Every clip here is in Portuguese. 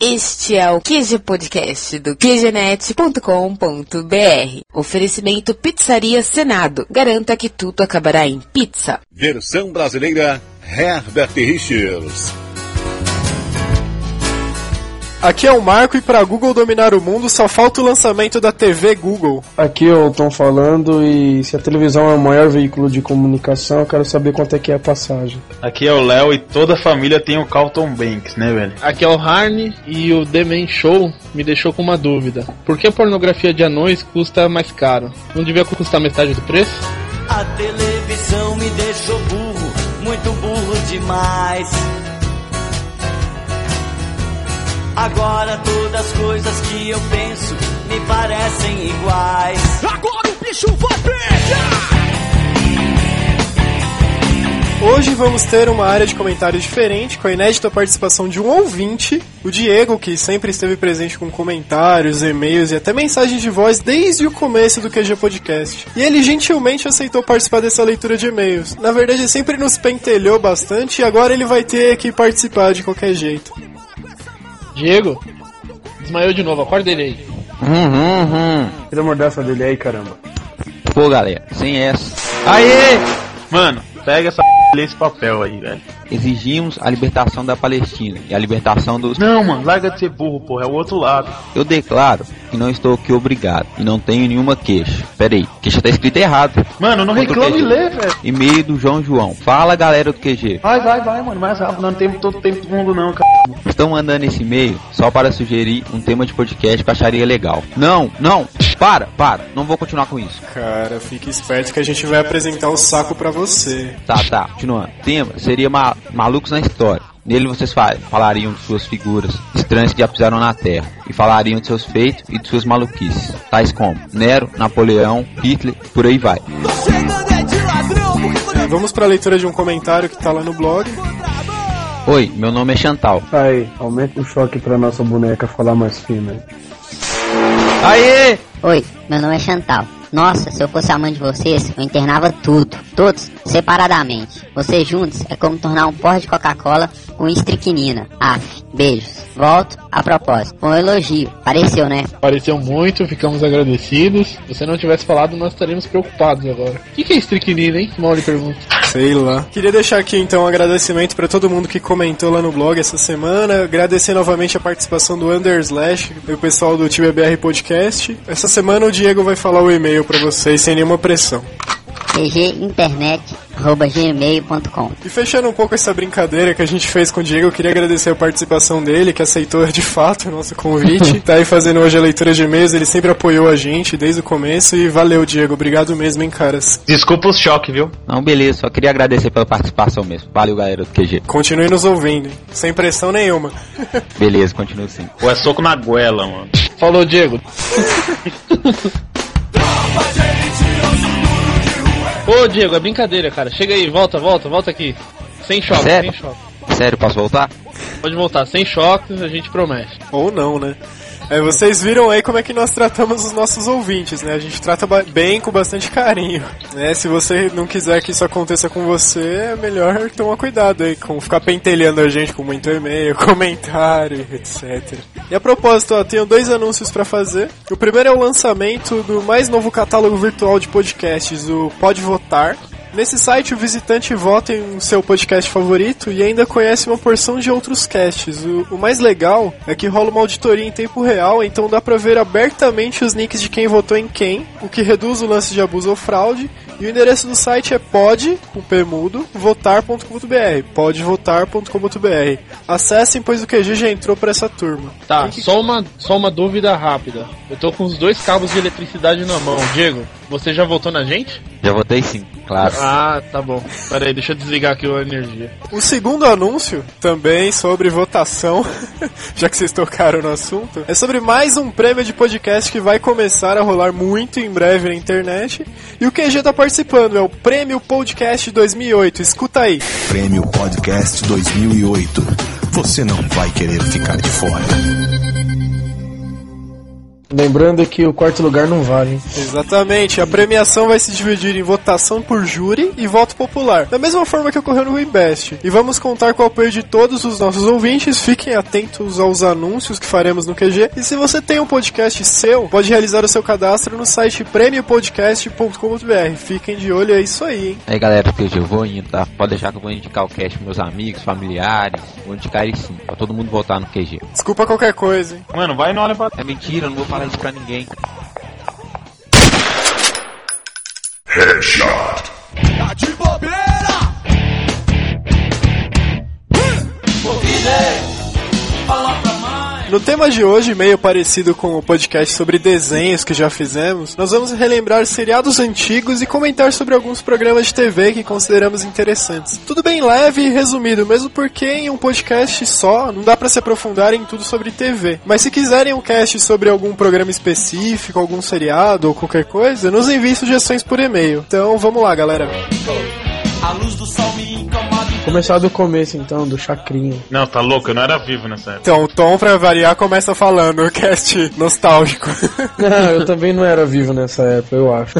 Este é o QG Podcast do QGNet.com.br. Oferecimento Pizzaria Senado. Garanta que tudo acabará em pizza. Versão brasileira Herbert Richards. Aqui é o Marco e para Google dominar o mundo só falta o lançamento da TV Google. Aqui eu tô falando e se a televisão é o maior veículo de comunicação, eu quero saber quanto é que é a passagem. Aqui é o Léo e toda a família tem o Carlton Banks, né, velho? Aqui é o Harney e o The Man Show me deixou com uma dúvida. Por que a pornografia de anões custa mais caro? Não devia custar metade do preço? A televisão me deixou burro, muito burro demais. Agora todas as coisas que eu penso me parecem iguais. Agora o bicho vai pegar! Hoje vamos ter uma área de comentário diferente, com a inédita participação de um ouvinte, o Diego, que sempre esteve presente com comentários, e-mails e até mensagens de voz desde o começo do QG Podcast. E ele gentilmente aceitou participar dessa leitura de e-mails. Na verdade, ele sempre nos pentelhou bastante e agora ele vai ter que participar de qualquer jeito. Diego, desmaiou de novo, acorda ele aí. Uhum, uhum. Tira a mordaça dele aí, caramba. Pô, galera, sem essa. Aê! Mano, pega essa lê esse papel aí, velho. Exigimos a libertação da Palestina e a libertação dos. Não, mano, larga de ser burro, porra, é o outro lado. Eu declaro que não estou aqui obrigado e não tenho nenhuma queixa. Pera aí, queixa tá escrita errado. Mano, não Contra o reclame e QG. lê, velho. E-mail do João João. Fala galera do QG. Vai, vai, vai, mano, mais rápido, não tem todo tempo do mundo, não, cara. Estão mandando esse e-mail só para sugerir um tema de podcast que eu acharia legal. Não, não, para, para, não vou continuar com isso. Cara, fique esperto que a gente vai apresentar o saco pra você. Tá, tá, continuando. O tema seria ma Malucos na História. Nele vocês fa- falariam de suas figuras estranhas que já pisaram na Terra e falariam de seus feitos e de suas maluquices, tais como Nero, Napoleão, Hitler, por aí vai. Tô chegando é de ladrão, porque tô de Vamos pra leitura de um comentário que tá lá no blog. contrabando. Oi, meu nome é Chantal. Aí, aumenta o choque pra nossa boneca falar mais fina. Aê! Oi, meu nome é Chantal. Nossa, se eu fosse a mãe de vocês, eu internava tudo. Todos, separadamente. Vocês juntos é como tornar um pó de Coca-Cola com estriquinina. Af, beijos. Volto, a propósito. Um elogio. Pareceu, né? Apareceu muito, ficamos agradecidos. Se você não tivesse falado, nós estaríamos preocupados agora. O que, que é estriquinina, hein? Mal lhe pergunta. Sei lá. Queria deixar aqui então um agradecimento pra todo mundo que comentou lá no blog essa semana. Agradecer novamente a participação do Underslash e o pessoal do TBBR Podcast. Essa semana o Diego vai falar o e-mail pra vocês sem nenhuma pressão. pginternet.gmail.com E fechando um pouco essa brincadeira que a gente fez com o Diego, eu queria agradecer a participação dele, que aceitou de fato o nosso convite. tá aí fazendo hoje a leitura de e-mails, ele sempre apoiou a gente desde o começo e valeu, Diego. Obrigado mesmo, hein, caras. Desculpa o choque, viu? Não, beleza, só queria agradecer pela participação mesmo. Valeu, galera do QG. Continue nos ouvindo, hein? sem pressão nenhuma. Beleza, continua assim. sim. Ou é soco na goela, mano. Falou, Diego. Ô, Diego, é brincadeira, cara. Chega aí, volta, volta, volta aqui. Sem choque, Sério? sem choque. Sério, posso voltar? Pode voltar, sem choques, a gente promete. Ou não, né? É, vocês viram aí como é que nós tratamos os nossos ouvintes, né? A gente trata ba- bem, com bastante carinho. Né? Se você não quiser que isso aconteça com você, é melhor tomar cuidado aí com ficar pentelhando a gente com muito e-mail, comentário, etc. E a propósito, ó, tenho dois anúncios pra fazer. O primeiro é o lançamento do mais novo catálogo virtual de podcasts, o Pode Votar. Nesse site, o visitante vota em um seu podcast favorito e ainda conhece uma porção de outros casts. O, o mais legal é que rola uma auditoria em tempo real, então dá pra ver abertamente os nicks de quem votou em quem, o que reduz o lance de abuso ou fraude. E o endereço do site é pod, com P mudo, votar.com.br, podvotar.com.br. Acessem, pois o QG já entrou pra essa turma. Tá, Tem que- só uma, só uma dúvida rápida. Eu tô com os dois cabos de eletricidade na mão. Diego, você já voltou na gente? Já votei sim, claro. Ah, tá bom. Pera aí, deixa eu desligar aqui a energia. O Um segundo anúncio, também sobre votação, já que vocês tocaram no assunto, é sobre mais um prêmio de podcast que vai começar a rolar muito em breve na internet. E o QG tá participando, é o Prêmio Podcast 2008. Escuta aí. Prêmio Podcast 2008. Você não vai querer ficar de fora. Lembrando que o quarto lugar não vale, hein? Exatamente, a premiação vai se dividir em votação por júri e voto popular, da mesma forma que ocorreu no Invest. E vamos contar com o apoio de todos os nossos ouvintes, fiquem atentos aos anúncios que faremos no QG. E se você tem um podcast seu, pode realizar o seu cadastro no site prêmiopodcast.com.br. Fiquem de olho, é isso aí, hein? Aí galera, que eu vou indo, tá? Pode deixar que eu vou indicar o cast pros meus amigos, familiares, vou indicar ele sim, pra todo mundo votar no QG. Desculpa qualquer coisa, hein? Mano, vai na hora pra. É mentira, eu não vou falar isso pra ninguém. Tá de bobeira! No tema de hoje, meio parecido com o podcast sobre desenhos que já fizemos, nós vamos relembrar seriados antigos e comentar sobre alguns programas de TV que consideramos interessantes. Tudo bem leve e resumido, mesmo porque em um podcast só não dá pra se aprofundar em tudo sobre TV. Mas se quiserem um cast sobre algum programa específico, algum seriado ou qualquer coisa, nos enviem sugestões por e-mail. Então vamos lá, galera. A luz do sol me incomoda. Começar do começo, então, do Chacrinha. Não, tá louco, eu não era vivo nessa época. Então, o Tom, pra variar, começa falando, o cast nostálgico. Não, eu também não era vivo nessa época, eu acho.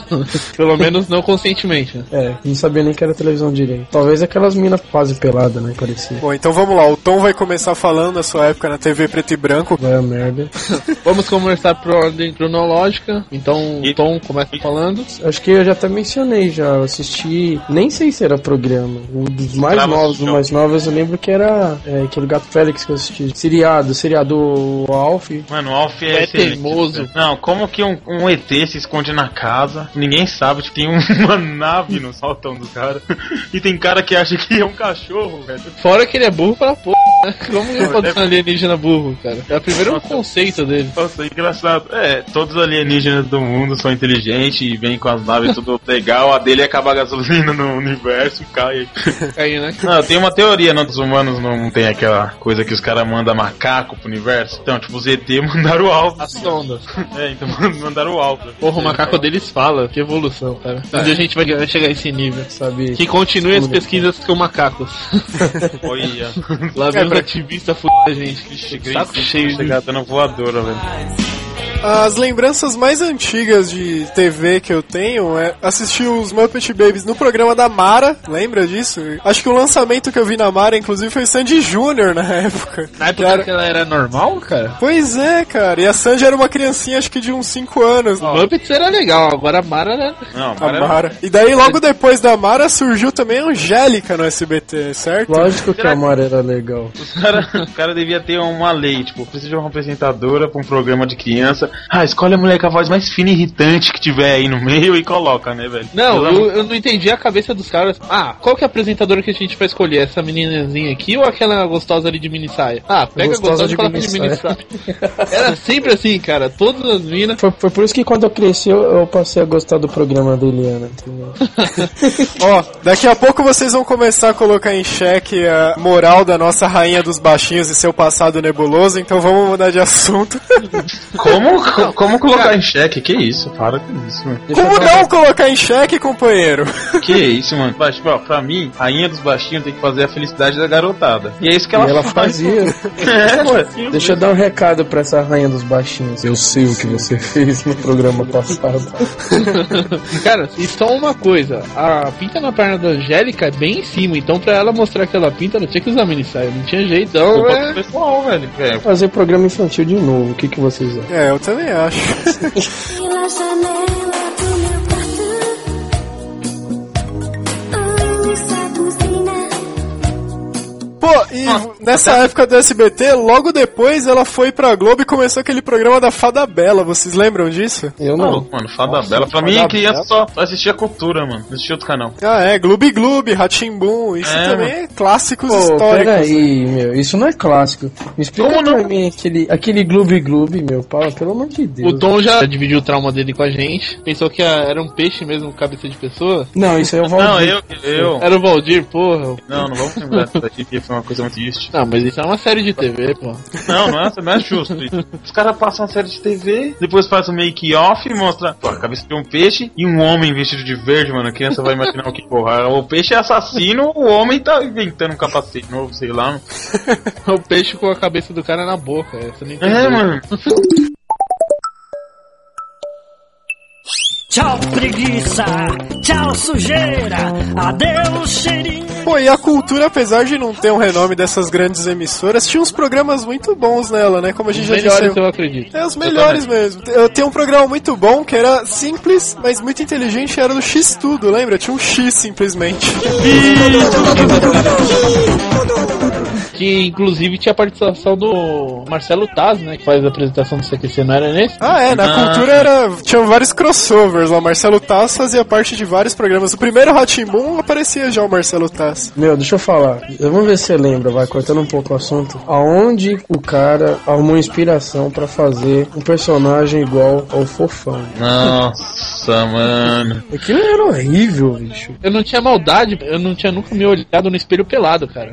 Pelo menos não conscientemente, né? É, não sabia nem que era televisão direito. Talvez aquelas minas quase pelada, né? Parecia. Bom, então vamos lá. O Tom vai começar falando da sua época na TV preto e branco. Vai a merda. Vamos começar por ordem cronológica. Então o E- Tom começa falando. Acho que eu já até mencionei já. Eu assisti, nem sei se era programa. O dos mais Trava novos, do show. mais novos, eu lembro que era é, aquele Gato Félix que eu assisti. Seriado, seriado o Alf. Mano, o Alf É é, excelente. teimoso. Não, como que um, um ET se esconde na casa? Ninguém sabe, tipo, tem uma nave no saltão do cara. E tem cara que acha que é um cachorro, velho. Fora que ele é burro pra porra, né? Como que pode é ser um alienígena burro, cara? É o primeiro conceito dele. Nossa, engraçado. É, todos os alienígenas do mundo são inteligentes e vêm com as naves tudo legal. A dele acaba a gasolina no universo e cai. Aí, né? Não, tem uma teoria, não? Os humanos não tem aquela coisa que os caras mandam macaco pro universo. Então, tipo, os ET mandaram o alfa. A sonda. É, então mandaram o alfa. Porra, o macaco deles fala. Que evolução, cara. Um dia a gente vai vai chegar a esse nível. Sabe? Que continue as pesquisas com macacos. Olha. Lá vem É, os pra- ativistas fudendo a gente. Que Cheguei saco em cima, cheio de... chegadona é voadora, velho. As lembranças mais antigas de TV que eu tenho é assistir os Muppet Babies no programa da Mara, lembra disso? Acho que o lançamento que eu vi na Mara, inclusive, foi Sandy Júnior na época. Na época Cara- que ela era normal, cara? Pois é, cara. E a Sandy era uma criancinha, acho que de uns 5 anos. O Muppets era legal, agora a Mara era... Não, A para. Mara. E daí, logo depois da Mara, surgiu também a Angélica no SBT, certo? Lógico que a Mara era legal. O cara, o cara devia ter uma lei, tipo, precisa de uma apresentadora pra um programa de criança. Ah, escolhe a mulher com a voz mais fina e irritante que tiver aí no meio e coloca, né, velho? Não, Pelo eu, amor- eu não entendi a cabeça dos caras. Ah, qual que é a apresentadora que a gente vai escolher? Essa meninazinha aqui ou aquela gostosa ali de mini saia? Ah, pega Gostosa a gostosa de e coloca mini de mini saia. era sempre assim, cara. Todas as minas... Foi, foi por isso que quando eu cresci eu, eu passei a gostar do programa da Eliana, entendeu? Ó, daqui a pouco vocês vão começar a colocar em xeque a moral da nossa rainha dos baixinhos e seu passado nebuloso, então vamos mudar de assunto. Como, co- como colocar em xeque? Que isso? Para com isso, mano. um- Como não colocar em xeque, companheiro? Que isso, mano? Mas, tipo, ó, pra mim, a rainha dos baixinhos tem que fazer a felicidade da garotada. E é isso que E ela, ela faz. fazia. É, mano. Deixa eu dar um recado pra essa rainha dos baixinhos. Eu sei o que você fez no programa passado. Cara, e só uma coisa, a pinta na perna da Angélica é bem em cima, então pra ela mostrar que ela pinta, ela tinha que usar mini saia, não tinha jeito, então Culpa do é... pessoal, velho. É, Fazer programa infantil de novo, o que, que vocês acham? É, eu também acho. Pela janela do meu quarto, ouça a buzina. Pô, e nessa época do SBT, logo depois ela foi pra Globo e começou aquele programa da Fada Bela, vocês lembram disso? Eu Tá não. louco, mano, Fada Bela. Pra mim, Fada criança Bela. só só assistia cultura, mano. Não assistia outro canal. Ah, é, Gloob Gloob, Ratimbum, isso É, também é clássicos Pô, históricos. peraí, meu, isso não é clássico. Me explica Como não? pra mim aquele, aquele Gloob Gloob, meu, pau, pelo amor de Deus. O Tom já dividiu o trauma dele com a gente, pensou que a- era um peixe mesmo, cabeça de pessoa. é Não, isso aí eu vou. Não, eu, eu. Era o Valdir, porra. Não, não vamos lembrar disso daqui, porque foi uma coisa muito triste. Não, mas isso é uma série de TV, pô. Não, não é, não é justo isso. Os caras passam uma série de TV, depois fazem um make-off e mostra pô, a cabeça de um peixe e um homem vestido de verde, mano. A criança vai imaginar o que porra. O peixe é assassino, o homem tá inventando um capacete novo, sei lá. O peixe com a cabeça do cara na boca, essa não É, entendeu. mano. Tchau, preguiça. Tchau, sujeira. Adeus, cheirinho. Pô, e a cultura, apesar de não ter um renome dessas grandes emissoras, tinha uns programas muito bons nela, né? Como a gente Os já melhores, disse. eu acredito. É, os melhores mesmo. Eu tenho um programa muito bom que era simples, mas muito inteligente, era do X Tudo, lembra? Tinha um X simplesmente. Que inclusive tinha a participação do Marcelo Taz, né? Que faz a apresentação do CQC, não era nesse? Ah, é, na Ah. cultura era, tinham vários crossovers lá. O Marcelo Taz fazia parte de vários programas. O primeiro Hotmoon aparecia já o Marcelo Taz. Meu, deixa eu falar. Vamos ver se você lembra, vai, cortando um pouco o assunto. Aonde o cara arrumou inspiração pra fazer um personagem igual ao Fofão? Nossa, mano. Aquilo era horrível, bicho. Eu não tinha maldade, eu não tinha nunca me olhado no espelho pelado, cara.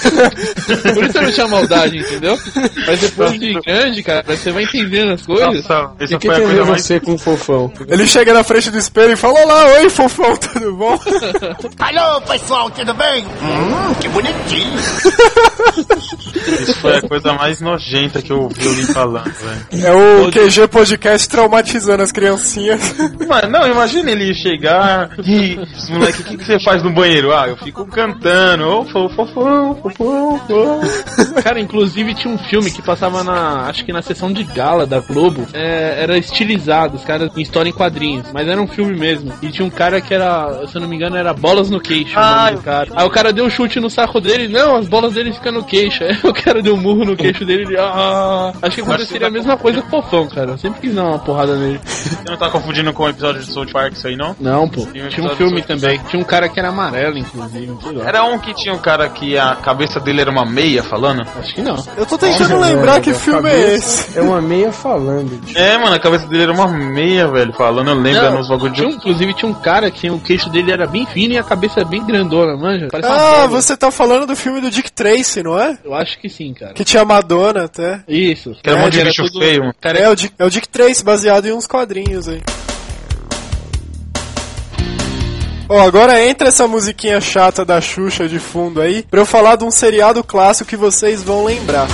Por isso eu não tinha maldade, entendeu? Mas depois de grande, cara, você vai entendendo as coisas. E o que tem a ver você com o Fofão? Ele chega na frente do espelho e fala: Olá, oi, fofão, tudo bom? Alô, pessoal, tudo bem? Hum, que bonitinho. Isso foi a coisa mais nojenta que eu ouvi alguém falando, velho. É o QG Podcast traumatizando as criancinhas. Mano, não, imagina ele chegar e. "Os Moleque, o que, que você faz no banheiro? Ah, eu fico cantando. Ô, fo- fofão, fofão, fofão. Cara, inclusive tinha um filme que passava na. Acho que na sessão de gala da Globo. É, era estilizado, os caras em história em quadrinhos. Mas era um filme mesmo. E tinha um cara que era, se eu não me engano, era bolas no queixo. o nome do cara. Aí o cara deu um chute no saco dele, não, as bolas dele ficam no queixo. Aí o cara deu um murro no queixo dele ele. Ah, acho que aconteceria a mesma coisa com o fofão, cara. Eu sempre quis dar uma porrada nele. Você não tá confundindo com o episódio de South Park isso aí, não? Não, pô. Tinha Tinha um um episódio filme sobre- também. Tinha um cara que era amarelo, inclusive. sei lá. Era um que tinha um cara que a cabeça dele era uma meia falando? Acho que não. Eu tô tentando lembrar que filme é esse. É uma meia falando, bicho. É, mano, a cabeça dele era uma meia, velho, falando. Eu lembro, era Não, uns bagulho de. tinha um- inclusive tinha um cara que o queixo dele era bem fino e a cabeça bem grandona, manja. Parece uma Ah, bola. você tá falando do filme do Dick Tracy, não é? Eu acho que sim, cara. Que tinha Madonna até. Isso. É, Que era um monte de bicho feio, mano. Cara, é, o Dick, é o Dick Tracy baseado em uns quadrinhos aí. Ó, agora entra essa musiquinha chata da Xuxa de fundo aí, pra eu falar de um seriado clássico que vocês vão lembrar.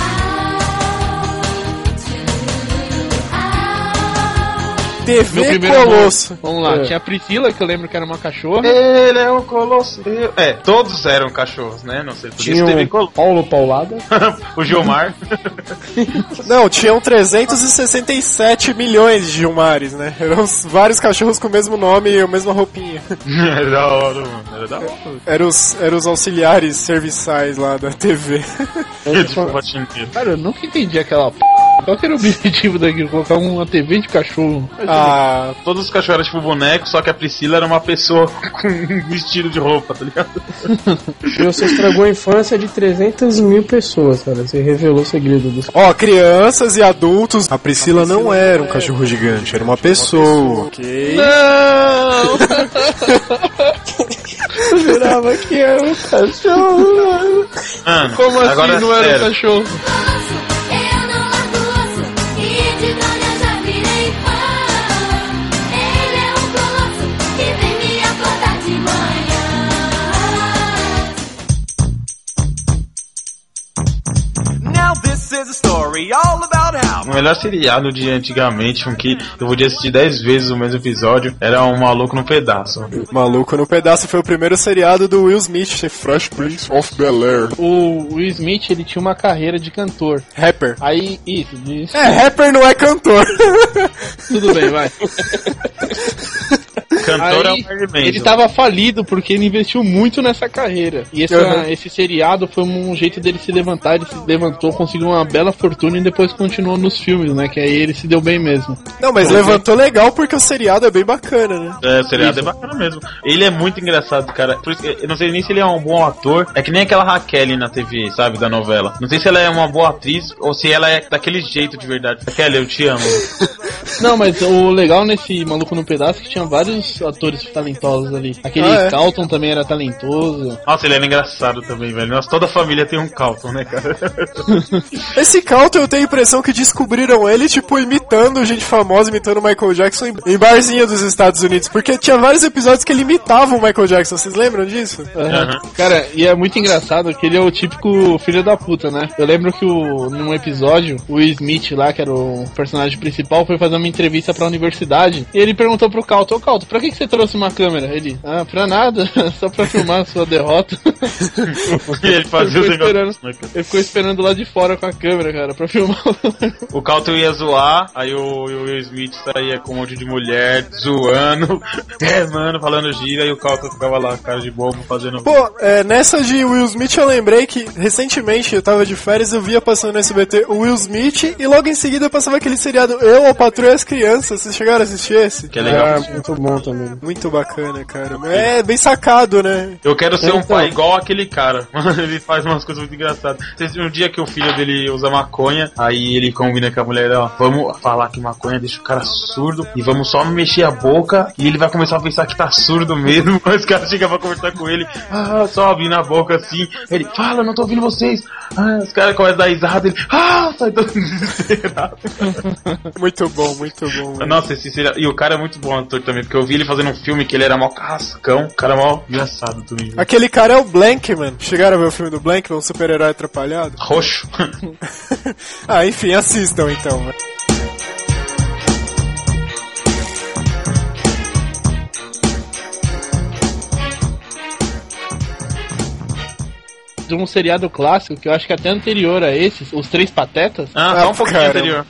Meu TV primeiro amor. Colosso. Vamos lá, É. tinha a Priscila, que eu lembro que era uma cachorra. Ele é um colosso. É, todos eram cachorros, né? Não sei por Tinha isso teve um colosso. Paulo Paulada. O Gilmar. Não, tinham 367 milhões de Gilmares, né? Eram os- vários cachorros com o mesmo nome e a mesma roupinha. era da hora, mano. Era da hora. Eram os, eram os auxiliares serviçais lá da TV. Cara, eu nunca entendi aquela p... Qual que era o objetivo daquilo? Colocar uma TV de cachorro. Ah, todos os cachorros eram tipo boneco, só que a Priscila era uma pessoa com um vestido de roupa, tá ligado? E você estragou a infância de 300 mil pessoas, cara. Você revelou o segredo dos Ó, crianças e adultos. A Priscila, não era um cachorro gigante, era uma pessoa. Ok. Não! Eu jurava que era um cachorro, mano. Mano, Como assim agora é não era um sério. cachorro? Eu não largo osso e de glória já virei fã. Ele é um colosso que vem me acordar de manhã. Now this is a story all about how O melhor seriado de antigamente, um que eu podia assistir 10 vezes o mesmo episódio, era um maluco no pedaço. Maluco no Pedaço foi o primeiro seriado do Will Smith, The Fresh Prince of Bel Air. O Will Smith, ele tinha uma carreira de cantor. Rapper. Aí, isso, de- É, rapper não é cantor. tudo bem, vai. Cantor é Aí, o Marilyn Manson. ele tava falido porque ele investiu muito nessa carreira. E essa- Uhum. esse seriado foi um jeito dele se levantar. Ele se levantou, conseguiu uma bela fortuna e depois continuou nos filmes, né? Que aí ele se deu bem mesmo. Não, mas levantou legal porque o seriado é bem bacana, né? É, o seriado é bacana mesmo. Ele é muito engraçado, cara. Por isso que eu não sei nem se ele é um bom ator. É que nem aquela Raquel na TV, sabe, da novela. Não sei se ela é uma boa atriz ou se ela é daquele jeito de verdade. Raquel, eu te amo. Não, mas o legal nesse Maluco no Pedaço é que tinha vários atores talentosos ali. Aquele Ah, é? Calton também era talentoso. Nossa, ele era engraçado também, velho. Nossa, toda família tem um Calton, né, cara? Esse Calton eu tenho a impressão que descobriram ele, tipo, imitando gente famosa, imitando o Michael Jackson em, em barzinha dos Estados Unidos. Porque tinha vários episódios que ele imitava o Michael Jackson, vocês lembram disso? Aham. Cara, e é muito engraçado que ele é o típico filho da puta, né? Eu lembro que o, num episódio, o Will Smith lá, que era o personagem principal, foi fazer uma uma entrevista pra universidade, e ele perguntou pro Calto, ô Calto, pra que, que você trouxe uma câmera? Ele, ah, pra nada, só pra filmar a sua derrota. E ele fazia Ele o ficou negócio. esperando- Ele ficou esperando lá de fora com a câmera, cara, pra filmar. O Calton ia zoar, aí o, o Will Smith saía com um monte de mulher zoando, é, mano, falando gira, e o Calton ficava lá, cara de bobo, fazendo. Pô, é, nessa de Will Smith eu lembrei que recentemente eu tava de férias eu via passando no SBT o Will Smith e logo em seguida passava aquele seriado Eu, a Patrulha e as Crianças. Vocês chegaram a assistir esse? É, Que é legal. Ah, muito bom também. Muito bacana, cara. É bem sacado, né? Eu quero ser um Então. pai igual aquele cara. Mano, ele faz umas coisas muito engraçadas. Tem Um dia que o filho dele usa maconha, aí ele combina com a mulher, ó, vamos falar que maconha deixa o cara surdo e vamos só mexer a boca e ele vai começar a pensar que tá surdo mesmo. Mas o cara chega pra conversar com ele, ah, só abrindo a boca assim. Ele, fala, não tô ouvindo vocês. Ah, os caras começam a dar risada, ele, ah, sai todo desesperado. Muito bom, muito bom. velho. Nossa, esse seria... E o cara é muito bom ator também, porque eu vi ele fazendo um filme que ele era mó carrascão. O cara é mó engraçado também. Aquele cara é o Blankman. Chegaram a ver o filme do Blankman, um super-herói atrapalhado? Roxo. ah, enfim, assistam então. velho. De um seriado clássico, que eu acho que até anterior a esses, Os Três Patetas. Ah, só um pouquinho cara. anterior.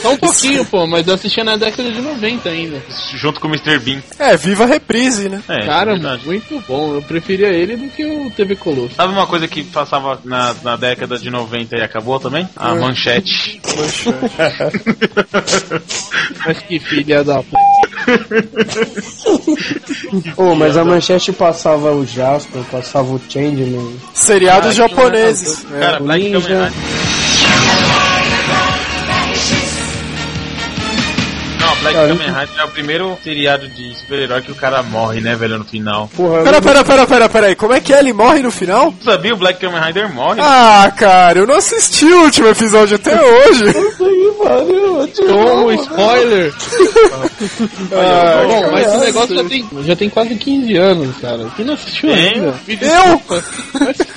Só um pouquinho, pô, mas eu assistia na década de 90 ainda. Junto com o Mr. Bean. É, viva a reprise, né? É, Cara, verdade. muito bom. Eu preferia ele do que o TV Colosso. Sabe uma coisa que passava na, na década de 90 e acabou também? A Hum. manchete. Mas que filha da p... Ô, mas a manchete passava o Jasper, passava o né? Changeman. Seriados Ah, japoneses. É, Cara, Ninja. Não, Black Cara, Kamen Rider é o primeiro seriado de super-herói que o cara morre, né, velho, no final. Porra, Pera, pera, pera, pera, pera aí. Como é que é? Ele morre no final? Tu sabia? O Black Kamen Rider morre. Ah, cara, eu não assisti o último episódio até hoje. Toma, um spoiler! Ah, bom, mas esse cara, negócio já tem, já tem quase 15 anos, cara. Quem não assistiu Tem? ainda? Eu?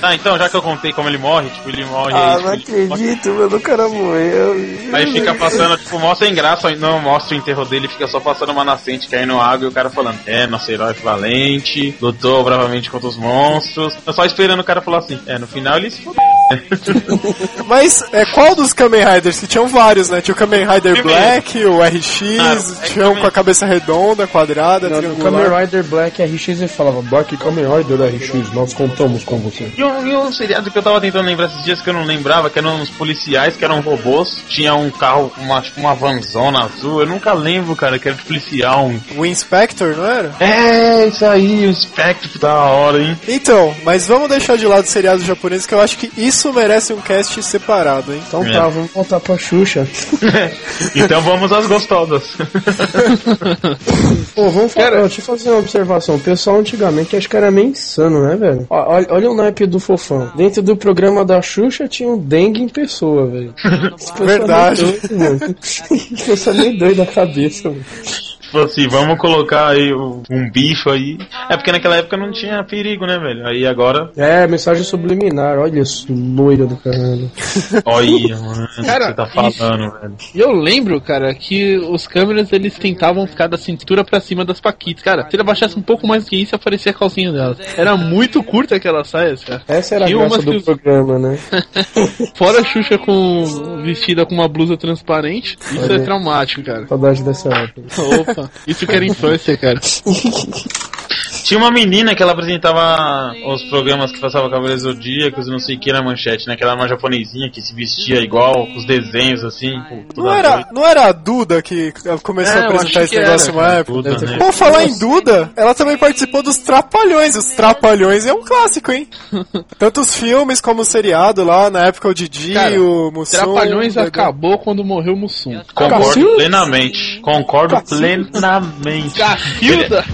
Tá, então, já que eu contei como ele morre, tipo, ele morre Ah, aí, não tipo, ele morre. acredito, mano, o cara morreu. Aí fica passando, tipo, mostra sem graça, aí não mostra o enterro dele, fica só passando uma nascente caindo água e o cara falando, é, nosso herói valente, lutou bravamente contra os monstros. Eu só esperando o cara falar assim, é, no final ele se fudeu. Mas é qual dos Kamen Riders? Que tinham vários, né? Tinha o Kamen Rider Primeiro. Black, o RX, Ah, é tinha um com a cabeça redonda, quadrada, Não, o Kamen triangular. Rider Black RX ele falava Black Kamen Rider RX, nós contamos com você. E um, e um seriado que eu tava tentando lembrar esses dias que eu não lembrava, que eram uns policiais, que eram robôs, tinha um carro, uma, tipo, uma vanzona azul, eu nunca lembro, cara, que era de policial. um- O Inspector, não era? É, isso aí, o espectro da hora, hein? Então, mas vamos deixar de lado os seriados japoneses que eu acho que isso merece um cast separado, hein? Então É. tá, vamos voltar pra Xuxa. Então vamos às gostosas. Pô, vamos falar, ó, deixa eu fazer uma observação. O pessoal antigamente acho que era meio insano, né, velho? Ó, Olha, olha o naipe do fofão. Dentro do programa da Xuxa tinha um dengue em pessoa, velho. Esse pessoal é meio Verdade. doido, mano. Esse pessoal é meio doido da cabeça, mano. Tipo assim, vamos colocar aí o- um bicho aí. É porque naquela época não tinha perigo, né, velho? Aí agora, É, mensagem subliminar, olha isso, loira do caralho. olha, mano, o que Cara, você tá isso- falando, velho. E eu lembro, cara, que os câmeras eles tentavam ficar da cintura pra cima das paquitas. Cara, se ele abaixasse um pouco mais que isso, aparecia a calcinha delas. Era muito curta aquelas saias, cara. Essa era a E graça umas que do os- programa, né? Fora a Xuxa com vestida com uma blusa transparente, isso Olha. é traumático, cara. Saudade dessa época. Opa, isso que era infância, cara. Tinha uma menina que ela apresentava os programas que passava Cavaleiros Zodíacos e não sei o que na manchete, né? Que ela era uma japonesinha que se vestia igual com os desenhos, assim. com toda Não a era, coisa. não era a Duda que começou É, a eu apresentar acho esse que negócio era, uma época? Duda, né? Por falar em Duda, ela também participou dos Trapalhões. Os Trapalhões é um clássico, hein? Tanto os filmes como o seriado lá, na época o Didi, Cara, o Mussum... Trapalhões o- acabou quando morreu o Mussum. Concordo Cacilda? plenamente. Concordo Cacilda. plenamente. Cacilda!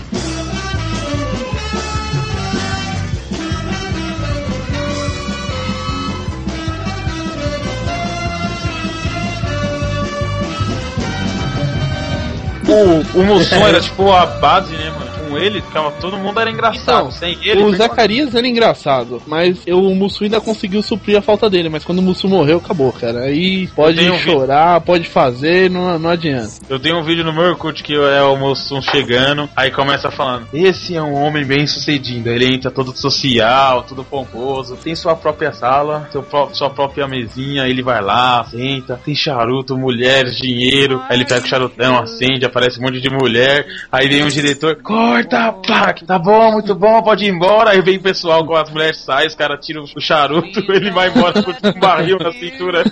O, o Mussum era tipo a base, né, mano? com ele, ficava todo mundo era engraçado. Sem ele, é né? o foi- Zacarias era engraçado, mas eu, o Mussu ainda conseguiu suprir a falta dele, mas quando o Mussu morreu, acabou, cara. Aí pode Tem um vídeo. chorar, pode fazer, não, não adianta. Eu tenho um vídeo no meu Orkut que é o Mussum chegando, aí começa falando: Esse é um homem bem sucedido. Ele entra todo social, todo pomposo, tem sua própria sala, seu pró- sua própria mesinha. Ele vai lá, senta, tem charuto, mulheres, dinheiro. Aí ele pega o charutão, acende, aparece um monte de mulher. Aí vem um diretor: Corta, pá, que tá bom, muito bom, pode ir embora. Aí vem o pessoal com as mulheres, sai, os caras tiram o charuto, ele vai embora com um barril na cintura.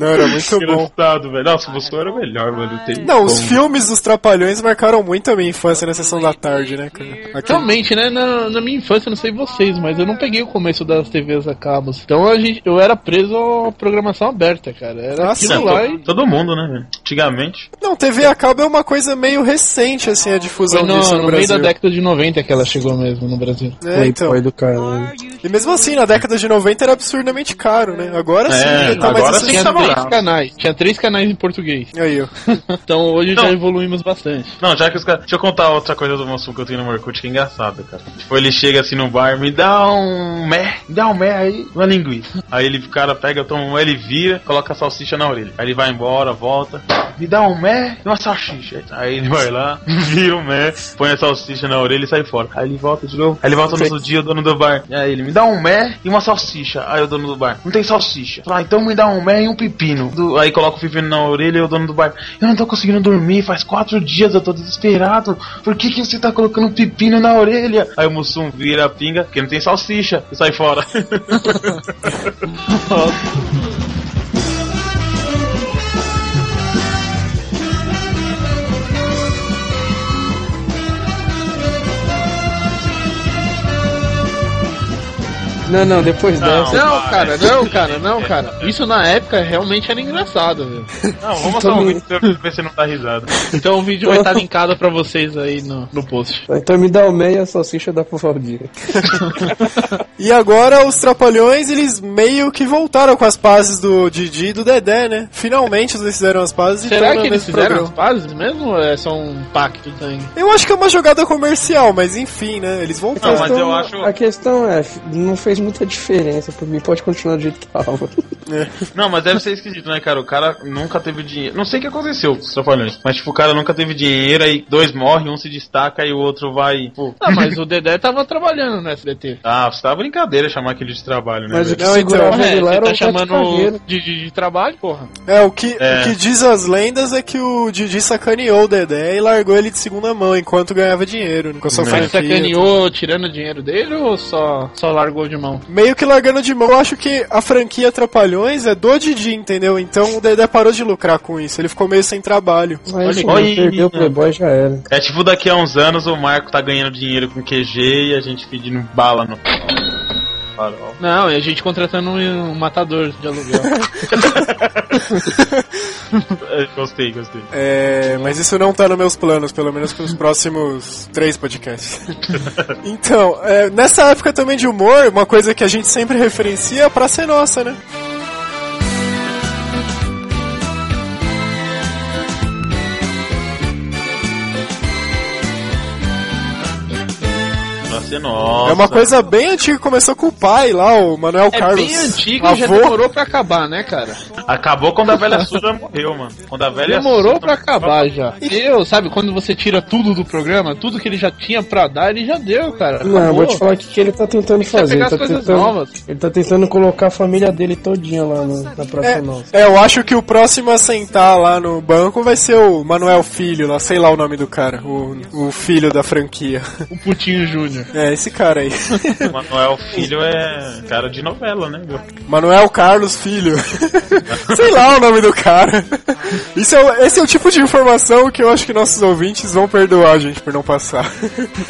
Não, era muito bom. Engraçado, velho. Nossa, o Mussu era o melhor, mano. Tem Não, os como. filmes dos Trapalhões marcaram muito a minha infância na sessão da tarde, né, cara? Realmente, né? Na, na minha infância, não sei vocês, mas eu não peguei o começo das TVs a cabos. Então a gente, eu era preso à programação aberta, cara. Era É, então, aquilo lá to- e. Todo mundo, né? velho? Antigamente. Não, TV a cabo é uma coisa meio recente, assim, a Foi difusão no, disso no, no meio Brasil. da década de 90 que ela chegou mesmo no Brasil. É, então. Playboy do caralho. E mesmo assim, na década de 90 era absurdamente caro, né? Agora sim, É, já tá agora mais sim é tá acessível. barato. canais. Tinha três canais em português. Aí, ó. então hoje Não. já evoluímos bastante. Não, já que os caras. Deixa eu contar outra coisa do Mussum que eu tenho no Orkut que é engraçado, cara. Tipo, ele chega assim no bar, me dá um mé, me dá um mé aí, uma linguiça. Aí ele, o cara pega, toma um, ele vira, coloca a salsicha na orelha. Aí ele vai embora, volta, me dá um mé e uma salsicha. Aí ele vai lá, vira o mé, põe a salsicha na orelha e sai fora. Aí ele volta de novo. Aí ele volta no outro dia, o dono do bar. Aí ele me dá um mé e uma salsicha. Aí o dono do bar, não tem salsicha. Fala, "Ah, então me dá um mé e um pepino. Do- aí coloca o pepino na orelha e o dono do bar, eu não tô conseguindo dormir, faz quatro dias eu tô desesperado. Por que que você tá colocando pepino na orelha? Aí o Mussum vira a pinga, porque não tem salsicha, e sai fora. Não, não, depois Não, dessa. Ah, é. cara, não, cara, não, cara. Isso na época realmente era engraçado, velho. Não, vamos mostrar um vídeo pra eu ver se não dá risada. Então o vídeo vai estar linkado pra vocês aí no, no post. Então me dá o meia e a salsicha dá pro Valdir. E agora os Trapalhões, eles meio que voltaram com as pazes do Didi e do Dedé, né? Finalmente eles fizeram as pazes e Será tão que eles nesse fizeram programa. as pazes mesmo ou é só um pacto sangue? Eu acho que é uma jogada comercial, mas enfim, né? Eles Então voltaram. Então, A questão é, não fez muita diferença por mim, pode continuar do jeito que tava. Não, mas deve ser esquisito, né, cara? O cara nunca teve dinheiro. Não sei o que aconteceu com os trapalhões, mas tipo, o cara nunca teve dinheiro, aí dois morrem, um se destaca e o outro vai. Pô. Ah, mas o Dedé tava trabalhando no SBT. Ah, você tá brincadeira chamar aquele de trabalho, né? Mas o que velho? segurava então, ele lá é, era você o tá chamando chamando de, de, de trabalho, porra. É, o que, É. o que diz as lendas é que o Didi sacaneou o Dedé e largou ele de segunda mão enquanto ganhava dinheiro né, com a sua Mas franquia. sacaneou tirando o dinheiro dele ou só, só largou de mão? Meio que largando de mão, eu acho que a franquia Trapalhões é do Didi, entendeu? Então o Dedé parou de lucrar com isso, ele ficou meio sem trabalho. Olha isso, aí. perdeu o Playboy, já era. É tipo, daqui a uns anos o Marco tá ganhando dinheiro com QG e a gente pedindo bala no farol. Não, e a gente contratando um, um matador de aluguel. É, Gostei, gostei. É, mas isso não tá nos meus planos, pelo menos pros próximos três podcasts. então, é, nessa época também de humor, uma coisa que a gente sempre referencia é a Praça é Nossa, né? Nossa, nossa. É uma coisa bem antiga, começou com o pai lá, o Manuel é Carlos. bem antigo e já avô. demorou pra acabar, né, cara? Acabou quando a velha surda morreu, mano. Quando a velha Demorou surda- pra acabar já. Eu, sabe, quando você tira tudo do programa, tudo que ele já tinha pra dar, ele já deu, cara. Não, eu Acabou. vou te falar o que, que ele tá tentando que fazer. pegar Ele as tá coisas tentando, novas. ele tá tentando colocar a família dele todinha lá no- na Praça É, Nossa. é, eu acho que o próximo a sentar lá no banco vai ser o Manuel Filho, lá, sei lá o nome do cara, o, o filho da franquia. O Putinho Júnior. É, esse cara aí. Manuel Filho é cara de novela, né, meu? Manuel Carlos Filho. Sei lá o nome do cara. Isso é, o- esse é o tipo de informação que eu acho que nossos ouvintes vão perdoar a gente por não passar.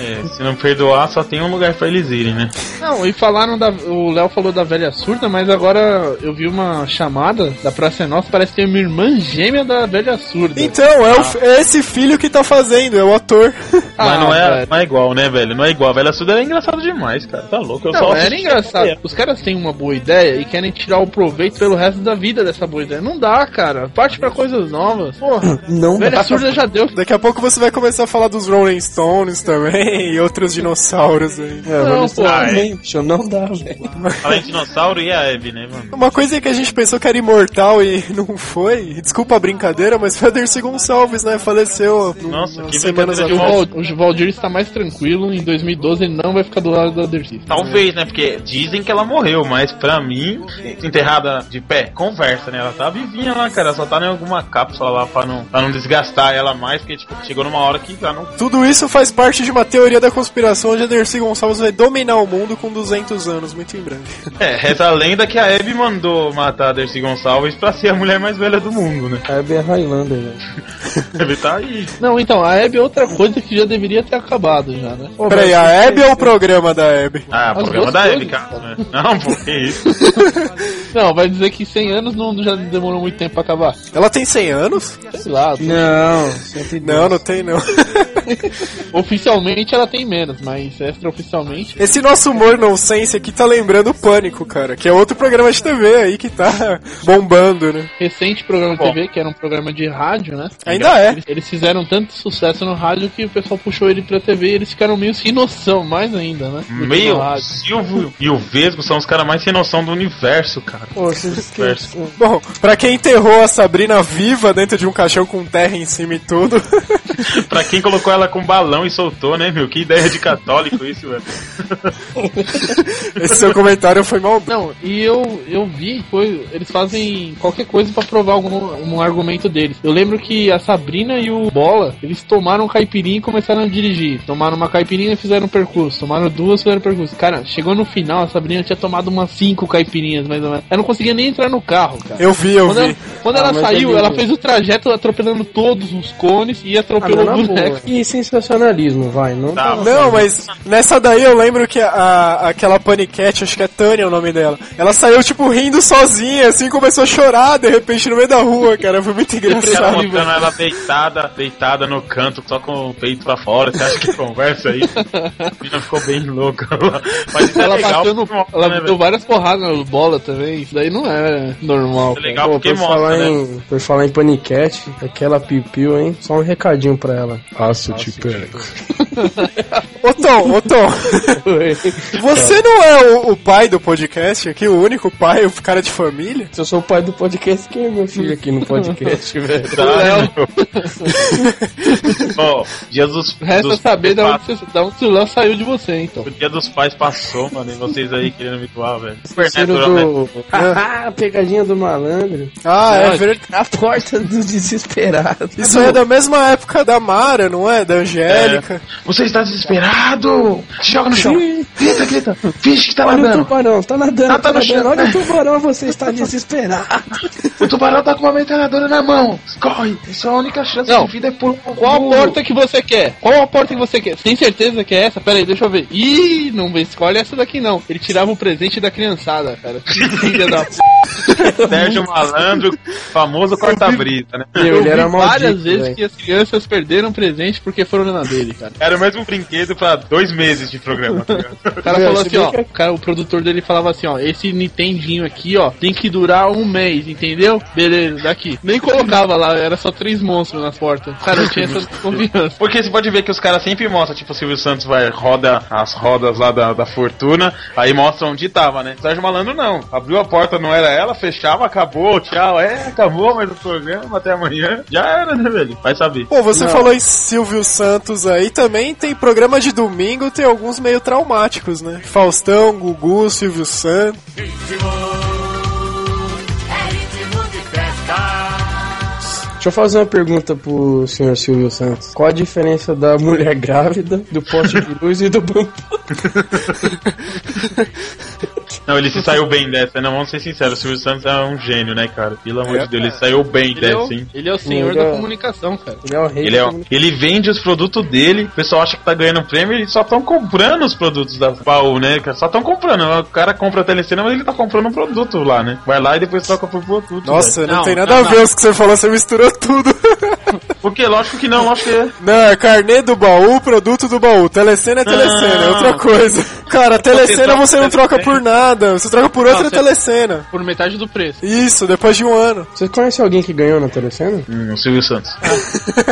É, se não perdoar, só tem um lugar pra eles irem, né? Não, e falaram da. O Léo falou da velha surda, mas agora eu vi uma chamada da Praça é Nossa, parece que tem uma irmã gêmea da velha surda. Então, é, o- é esse filho que tá fazendo, é o ator. Mas não é, Ah, velho. não é igual, né, velho? Não é igual. A velha Assuda era engraçado demais, cara. Tá louco, eu Não, só era assisti- engraçado. Os caras têm uma boa ideia e querem tirar o proveito pelo resto da vida dessa boa ideia. Não dá, cara. Parte pra coisas novas. Porra. Não Velha dá. surda já deu. Daqui a pouco você vai começar a falar dos Rolling Stones também e outros dinossauros aí. É, Não, pô. Também, bicho, não dá, velho. Além de dinossauro e a Abby, né, mano? Uma coisa que a gente pensou que era imortal e não foi, desculpa a brincadeira, mas foi a Dercy Gonçalves, né? Faleceu. Nossa, umas que semanas brincadeira O, atrás. Val, o Valdir está mais tranquilo. Em 2012 ele não vai ficar do lado da Dercy. Tá um Talvez, né? Porque dizem que ela morreu, mas pra mim, enterrada de pé, conversa, né? Ela tá vivinha lá, cara. Só tá em alguma cápsula lá pra não, pra não desgastar ela mais, porque tipo, chegou numa hora que já não. Tudo isso faz parte de uma teoria da conspiração onde a Dercy Gonçalves vai dominar o mundo com 200 anos, muito em breve. É, reza a lenda que a Abby mandou matar a Dercy Gonçalves pra ser a mulher mais velha do mundo, né? A Abby é Highlander, velho. Deve tá aí. Não, então, a Hebe é outra coisa que já deveria ter acabado já, né? Pô, Peraí, mas- a Abby ou o programa da Abby? Ah, As problema duas da coisas, Abby, cara. né? Não, pô, que isso. Não, vai dizer que 100 anos não já demorou muito tempo pra acabar. Ela tem 100 anos? Sei lá. Não, Não, não tem não. Oficialmente ela tem menos, mas extraoficialmente. Esse nosso humor nonsense aqui tá lembrando o Pânico, cara, que é outro programa de TV aí que tá bombando, né? Recente programa de TV, que era um programa de rádio, né? Ainda é. Eles, eles fizeram tanto sucesso no rádio que o pessoal puxou ele pra TV e eles ficaram meio sem noção, mais ainda, né? Do que no Meu, rádio. Silvio e o Vesgo são os caras mais sem noção do universo, cara. Pô, vocês esqueceram. Bom, pra quem enterrou a Sabrina viva dentro de um caixão com terra em cima e tudo, Pra quem colocou ela com balão e soltou, né, meu? Que ideia de católico isso, velho. esse seu comentário foi mal. Não, e eu, eu vi, foi, eles fazem qualquer coisa pra provar algum, um argumento deles. Eu lembro que a Sabrina e o Bola, eles tomaram um caipirinha e começaram a dirigir. Tomaram uma caipirinha e fizeram um percurso. Tomaram duas fizeram um percurso. Cara, chegou no final, a Sabrina tinha tomado umas cinco caipirinhas, mais ou menos. Ela não conseguia nem entrar no carro, cara. Eu vi, eu quando vi. ela, quando Ah, ela mas saiu, ali- ela fez o trajeto atropelando todos os cones e Ah, não, atropelou na o boa. boneco. E sensacionalismo, vai. Não Tá, Não, mas nessa daí eu lembro que a, a- aquela paniquete, acho que é Tânia o nome dela, ela saiu tipo rindo sozinha, assim, começou a chorar de repente no meio da rua, cara, foi muito é Os caras engraçado. mostrando ela deitada, deitada no canto, só com o peito pra fora. Você acha que conversa aí? A menina ficou bem louca. Mas isso é Ela legal. bateu no. porque mostra, Ela né, deu velho? várias porradas no bola também. Isso daí não é normal. Isso é legal Pô, porque por falar, mostra, né? em, por falar em paniquete, aquela piu-piu, hein? Só um recadinho pra ela. tipo, é. Aço te pego. Ô Tom, ô Tom, você não é o, o pai do podcast aqui, o único pai, o cara de família? Se eu sou o pai do podcast, quem é meu filho aqui no podcast, velho? Verdade, meu. Ó, dia dos, Resta dos saber da pais, onde, você, da onde o Sulan saiu de você, então. O dia dos pais passou, mano, e vocês aí querendo me doar, velho. Parceiro Supernatural, né? do. Ah, pegadinha do malandro. Ah, é Não, verdade. A porta dos desesperados. Isso é da mesma época da Mara, não é? Da Angélica. Você está desesperado? Se joga no chão. Grita, grita. Finge que tá Olha o nadando. tubarão, tá nadando, Ah, tá tá no chão. nadando. Olha o tubarão, você está desesperado. O tubarão tá com uma metralhadora na mão. Corre. Isso é a única chance Não. de vida é por Qual a porta que você quer? Qual a porta que você quer? Tem certeza que é essa? Pera aí, deixa eu ver. Ih, não vê- escolhe essa daqui não. Ele tirava o presente da criançada, cara. Filha da p. Sérgio Malandro, famoso corta-brita, né? Meu, ele era vi várias maldito, vezes velho. que as crianças perderam presente porque foram na dele, cara. Era o mesmo brinquedo pra dois meses de programa. tá ligado? O cara Meu, falou se assim, bem ó. que- é- O, cara, o produtor dele falava assim, ó. Esse Nintendinho aqui, ó, tem que durar um mês, entendeu? Beleza, daqui. Nem colocava lá, era só três monstros nas portas. Cara, eu tinha essa desconfiança. Porque você pode ver que os caras sempre mostram, tipo, o Silvio Santos vai, roda as rodas lá da, da fortuna, aí mostra onde tava, né? Sérgio Malandro não. Abriu a porta, não era ela, fechava, acabou, tchau, é, acabou mais o programa, até amanhã. Já era, né, velho? Vai saber. Pô, você falou em Silvio Santos aí, também tem programa de domingo, tem alguns meio traumáticos, né? Faustão, Gugu, Silvio Santos. Deixa eu fazer uma pergunta pro senhor Silvio Santos. Qual a diferença da mulher grávida, do poste de luz e do bambu? Não, ele se saiu bem dessa, não, vamos ser sinceros, o Silvio Santos é um gênio, né, cara? Pelo amor de Deus, ele saiu bem Ele é, o, dessa, hein? ele é o senhor Ele é- da comunicação, cara. Ele é o rei Ele, é, da ele vende os produtos dele, o pessoal acha que tá ganhando prêmio e só estão comprando os produtos da baú, né? cara? Só estão comprando. O cara compra a telecena, mas ele tá comprando um produto lá, né? Vai lá e depois troca por produto. Nossa, não, Não, tem não, nada a não. ver os que você falou, você misturou tudo. O que? Lógico que não, lógico que é. Não, é carnê do baú, produto do baú. Telecena é telecena, é outra coisa. Cara, telecena você não troca por nada, você troca por outra Não, você- telecena. é Por metade do preço. Isso, depois de um ano. Você conhece alguém que ganhou na Telecena? Hum, o Silvio Santos.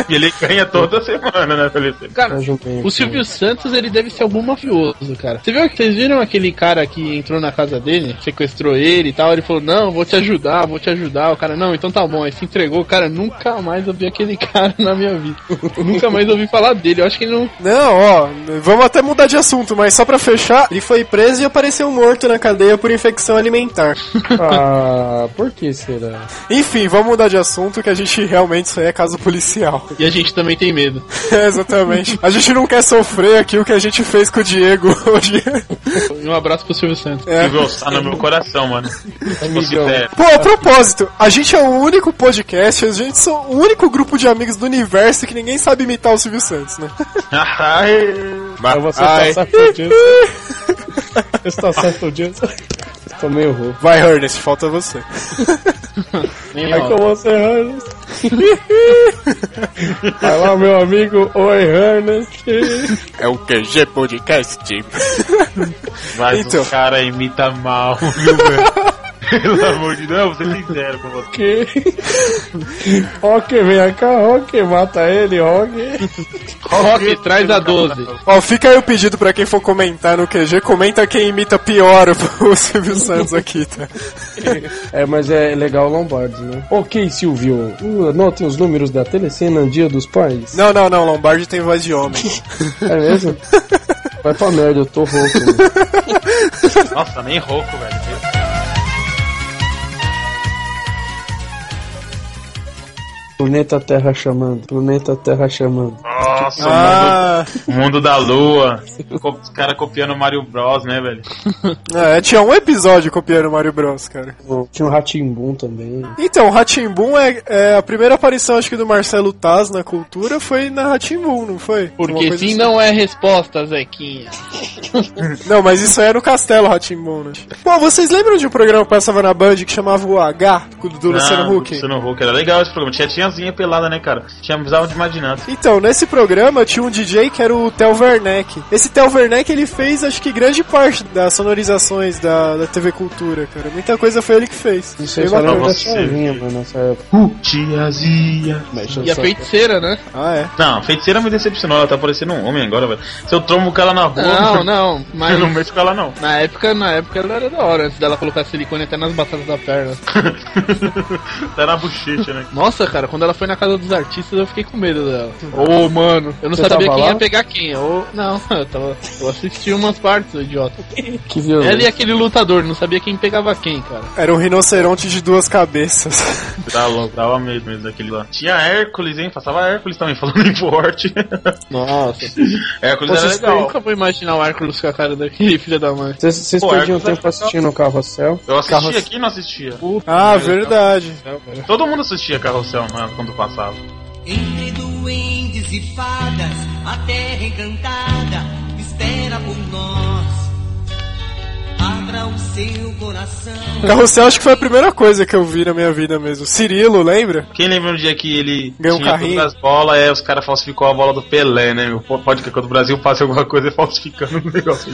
e ele ganha toda semana, né, Felipe? Cara, Mas não tem o Silvio Santos, ele deve ser algum mafioso, cara. Você viu, vocês viram aquele cara que entrou na casa dele, sequestrou ele e tal? Ele falou, não, vou te ajudar, vou te ajudar. O cara, não, então tá bom. Aí se entregou, cara, nunca mais ouvi aquele cara na minha vida. nunca mais ouvi falar dele. Eu acho que ele não... Não, ó, vamos até mudar de assunto, mas só pra fechar, ele foi preso e apareceu morto na cadeia por infecção alimentar. Ah, por que será? Enfim, vamos mudar de assunto que a gente realmente isso aí é caso policial. E a gente também tem medo. É, exatamente. A gente não quer sofrer aqui o que a gente fez com o Diego hoje. E um abraço pro Silvio Santos. É. Silvio está no meu coração, mano. Se fosse pé. Pô, a propósito, a gente é o único podcast, a gente é o único grupo de amigos do universo que ninguém sabe imitar o Silvio Santos, né? Mas Você Ai. tá safado disso. Você tá safado disso. Também errou. Vai, Ernest, falta você. Nem Aí ó. com você, Ernest. Vai lá, meu amigo. Oi, Ernest. É o QG Podcast. Mas Então. o cara imita mal, viu, velho? Pelo amor de Deus, vou ser sincero com você. Que... ok, vem cá. Ok, mata ele. Ok. Rock, traz a 12. Ó, fica aí o pedido pra quem for comentar no QG, comenta quem imita pior o o Silvio Santos aqui, tá? É, mas é legal o Lombardi, né? Ok, Silvio. Uh, anotem os números da Telecena Dia dos Pais. Não, não, não, Lombardi tem voz de homem. É mesmo? Vai pra merda, eu tô rouco. mano. Nossa, nem rouco, velho. Planeta Terra chamando, planeta Terra chamando. Nossa, Ah, o mundo, o mundo da lua. Co- Os caras copiando o Mario Bros, né, velho? é, tinha um episódio copiando o Mario Bros, cara. Tinha um Ratimbum também. Então, Ratimbun é, é a primeira aparição, acho que, do Marcelo Taz na cultura foi na Ratimbun, não foi? Uma Porque coisa sim assim. não é resposta, Zequinha. Não, mas isso aí é no Castelo Ratimbun, né? Pô, vocês lembram de um programa que passava na Band que chamava o H, do, do Ah, Luciano Huck? Ah, Luciano Huck, era legal esse programa. Tinha tiazinha pelada, né, cara? Tinha precisava de imaginar. Então, nesse programa tinha um DJ que era o Theo Werneck. Esse Theo Werneck, ele fez, acho que, grande parte das sonorizações da, da TV Cultura, cara. Muita coisa foi ele que fez. Isso aí Bem só bacana. lembra da você. chavinha, mano, nessa época. Tiazinha. Mexe E a só- feiticeira, né? Ah, é. Não, a feiticeira me decepcionou, ela tá parecendo um homem agora, velho. Se eu trombo com ela na rua, Não, não, eu não mas... mexo com ela, não. Na época, na época ela era da hora, antes dela colocar silicone até nas batatas da perna. tá na bochecha, né? Nossa, cara, quando ela foi na casa dos artistas eu fiquei com medo dela. Ô, mano. Eu não Você sabia tava quem lá? ia pegar quem. Ou, não, eu, tava, eu assisti umas partes, ô idiota. Que violência. Ela e aquele lutador, não sabia quem pegava quem, cara. Era um rinoceronte de duas cabeças. Dá louco, dava medo mesmo daquele lá. Tinha Hércules, hein? Passava Hércules também, falando em forte. Nossa. Hércules era é Vocês eu legal. nunca vou imaginar o Hércules com a cara daquele filho da mãe. Vocês- Vocês Pô, perdiam Arcos é tempo assistindo o Carrossel? Eu assistia Carrossel. aqui e não assistia. Ah, verdade. Todo mundo assistia Carrossel né, quando passava. Entre duendes e fadas, a terra encantada espera por nós. Abra o seu coração. Carrossel acho que foi a primeira coisa que eu vi na minha vida mesmo. Cirilo, lembra? Quem lembra um dia que ele Ganhou um tinha carrinho. todas as bolas, é, os caras falsificou a bola do Pelé, né? meu? Pô, Pode que quando o Brasil passe alguma coisa é falsificando o negócio.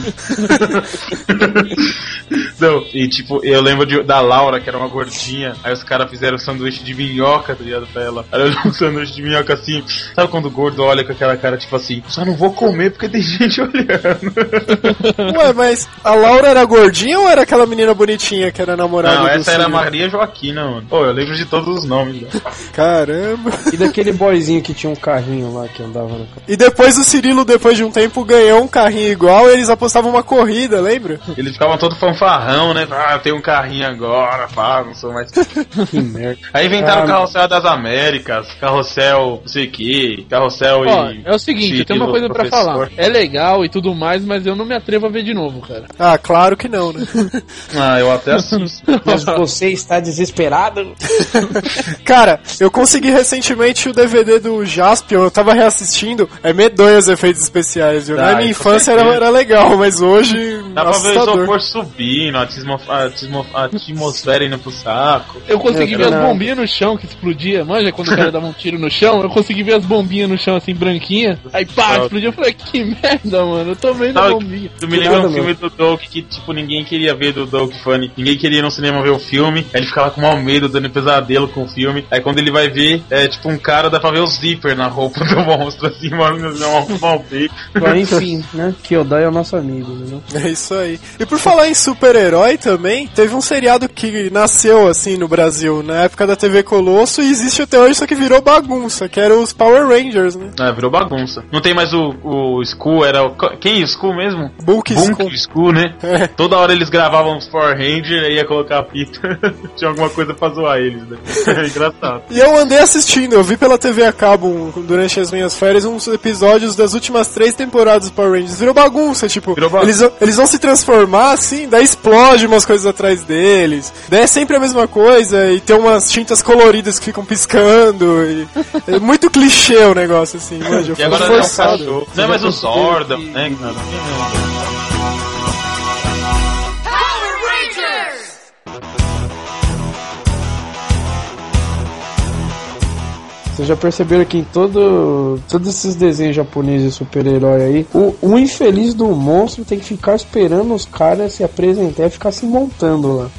Não, e tipo, eu lembro de- da Laura, que era uma gordinha, aí os caras fizeram um sanduíche de minhoca, tá ligado, pra ela. Aí era um sanduíche de minhoca assim, sabe quando o gordo olha com aquela cara tipo assim, só não vou comer porque tem gente olhando. Ué, mas a Laura era gordinha ou era aquela menina bonitinha que era namorada Não, do essa era Cirilo? Maria Joaquina, mano. Pô, eu lembro de todos os nomes. né? Caramba. E daquele boyzinho que tinha um carrinho lá que andava no carro. E depois o Cirilo, depois de um tempo, ganhou um carrinho igual e eles apostavam uma corrida, lembra? Eles ficavam todo fanfarrão, né? Ah, eu tenho um carrinho agora, pá, não sou mais. Que merda. Aí inventaram Ah, Carrossel das Américas, Carrossel não sei o que, Carrossel Ó, e. é o seguinte, eu tenho uma coisa Cirilo, pra falar. professor. É legal e tudo mais, mas eu não me atrevo a ver de novo, cara. Ah, claro que não, né? Ah, eu até assisto. Mas você está desesperado? Cara, eu consegui recentemente o DVD do Jaspion, eu tava reassistindo. É medonho os efeitos especiais, viu? Ah, Na minha isso infância com era, certeza. era legal, mas hoje Dá pra ver o assustador. isopor subindo, a, tismo, a, tismo, a atmosfera indo pro saco. Eu consegui ver as bombinhas no chão que explodia. Manja, quando o cara dava um tiro no chão, eu consegui ver as bombinhas no chão assim, branquinha. Aí pá, Sabe? explodiu. Eu falei, que merda, mano. Eu tô vendo a Sabe, bombinha. tu me lembra um filme do Doug que, tipo, ninguém queria ver do Doug Funny. Ninguém queria ir no cinema ver o filme. Aí ele ficava com mau medo, dando pesadelo com o filme. Aí quando ele vai ver, é tipo um cara, dá pra ver o zíper na roupa do monstro, assim, mano, não é um mal feito. Agora, enfim, né? Kyodai é o nosso amigo, né? É isso aí. E por falar em super-herói também, teve um seriado que nasceu assim no Brasil, na época da TV Colosso, e existe até hoje, só que virou bagunça, que era os Power Rangers, né? É, virou bagunça. Não tem mais o, o Skull, era o. Quem? O Skull mesmo? Bulk Skull. Skull, né? Toda hora eles gravavam os Power Ranger e ia colocar a fita. Tinha alguma coisa pra zoar eles, né? Era engraçado. E eu andei assistindo, eu vi pela TV a cabo um- durante as minhas férias uns episódios das últimas três temporadas do Power Rangers. Virou bagunça, tipo, Eles, vão- eles vão se transformar assim, daí explode umas coisas atrás deles, daí é sempre a mesma coisa e tem umas tintas coloridas que ficam piscando. e- é muito clichê o negócio assim, manja, E agora foi não é um forçado. cachorro. Não é mais o Zorda, né? Vocês já perceberam que em todo, todos esses desenhos japoneses de super-herói aí, o, o infeliz do monstro tem que ficar esperando os caras se apresentar e ficar se montando lá.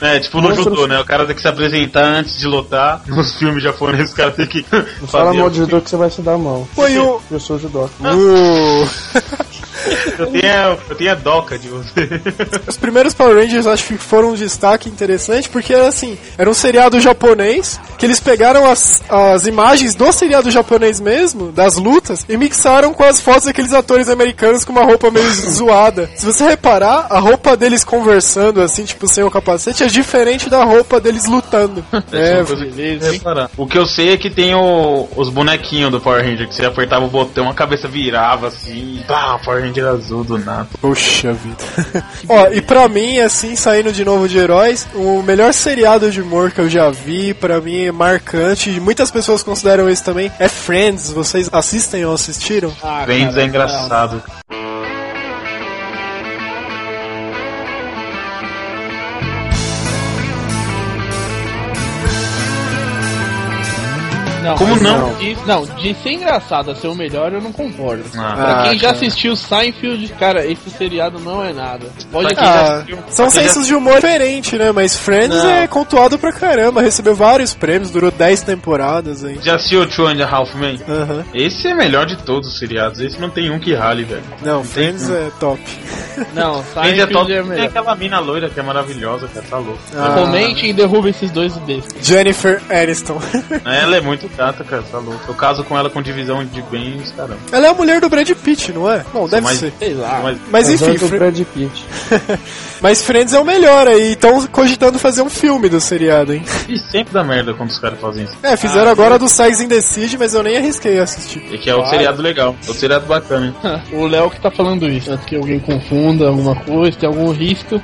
É, tipo no Monstro- judô, né? O cara tem que se apresentar antes de lutar. Nos filmes japoneses, o cara tem que. Fala fazer- mal de judô que você vai se dar mal. Foi o- Eu sou judô. Ah. Eu tenho, eu tenho a doca de você. Os primeiros Power Rangers acho que foram um destaque interessante, porque era assim, era um seriado japonês, que eles pegaram as, as imagens do seriado japonês mesmo, das lutas, e mixaram com as fotos daqueles atores americanos com uma roupa meio zoada. Se você reparar, a roupa deles conversando, assim, tipo, sem o capacete, é diferente da roupa deles lutando. É, É, uma coisa que tem que reparar. O que eu sei é que tem o- os bonequinhos do Power Ranger, que você apertava o botão, a cabeça virava assim, e pá, o Power Ranger azul do nada. Poxa vida. Ó, e pra mim, assim, saindo de novo de heróis, o melhor seriado de humor que eu já vi, pra mim é marcante, e muitas pessoas consideram isso também, é Friends. Vocês assistem ou assistiram? Friends é engraçado. Não, Como mas não? De, não, de ser engraçado a ser o melhor, eu não concordo. Ah. pra quem Ah, já cara. assistiu Seinfeld, cara, esse seriado não é nada. Pode Ah, são sensos de humor diferente, né? Mas Friends Não. é contuado pra caramba, recebeu vários prêmios, durou 10 temporadas aí. Já assistiu Two and a Half Men? Aham. Esse é melhor de todos os seriados, esse não tem um que rale, velho. Não, Friends é top. Não, Friends é top. Seinfeld é tem melhor. aquela mina loira que é maravilhosa, cara, tá louco. Comente e derruba esses dois desses. Jennifer Aniston. Ela é muito gata, cara, tá louco. Eu caso com ela com divisão de bens, caramba. Ela é a mulher do Brad Pitt, não é? Bom, deve Mas- ser. sei Ah. lá. Mas- um Mas Mas enfim, olha o Fri- Brad Pitt. Mas Friends é o melhor aí, estão cogitando fazer um filme do seriado, hein? E sempre dá merda quando os caras fazem isso. É, fizeram agora do Sex in the Siege, mas eu nem arrisquei assistir. E que é o seriado legal, é o seriado bacana. o Léo que tá falando isso. Antes que alguém confunda alguma coisa, tem algum risco.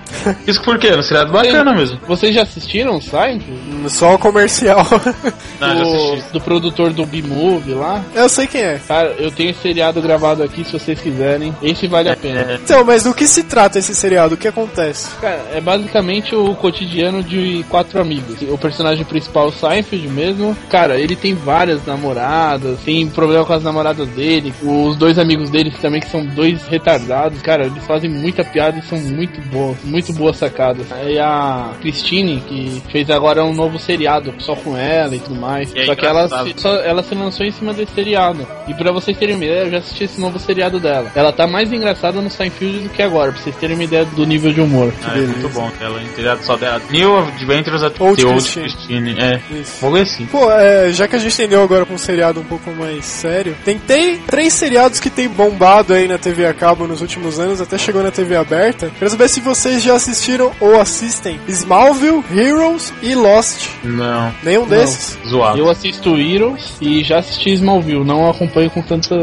Isso por quê? No seriado bacana mesmo. Vocês já assistiram o Seinfeld? Só o comercial. Não, já do, do produtor do B-Movie lá? Eu sei quem é. Cara, eu tenho esse seriado gravado aqui se vocês quiserem. Esse vale a pena. Então, mas do que se trata esse seriado? O que acontece? Cara, é basicamente o cotidiano de quatro amigos. O personagem principal, o Seinfeld mesmo, cara, ele tem várias namoradas, tem problema com as namoradas dele, os dois amigos dele também, que são dois retardados, cara, eles fazem muita piada e são muito boas, muito boas sacadas. Aí a Christine, que fez agora um novo seriado só com ela e tudo mais, E é só que ela engraçado. se, só- ela se lançou em cima desse seriado. E pra vocês terem uma ideia, eu já assisti esse novo seriado dela. Ela tá mais engraçada no Seinfeld do que agora, pra vocês terem uma ideia do nível de humor. Ah, é muito bom ela, hein? Seriado só dela. New Adventures at Old the Old Christine. Christine. É. Vou ver sim. Pô, é, já que a gente entendeu agora com um seriado um pouco mais sério, tem tei- três seriados que tem bombado aí na TV a cabo nos últimos anos, até chegou na TV aberta. Quero saber se vocês já assistiram ou assistem Smallville, Heroes e Lost. Não. Nenhum desses? Zoado. Eu assisto Heroes e já assisti Smallville, não acompanho com tanta.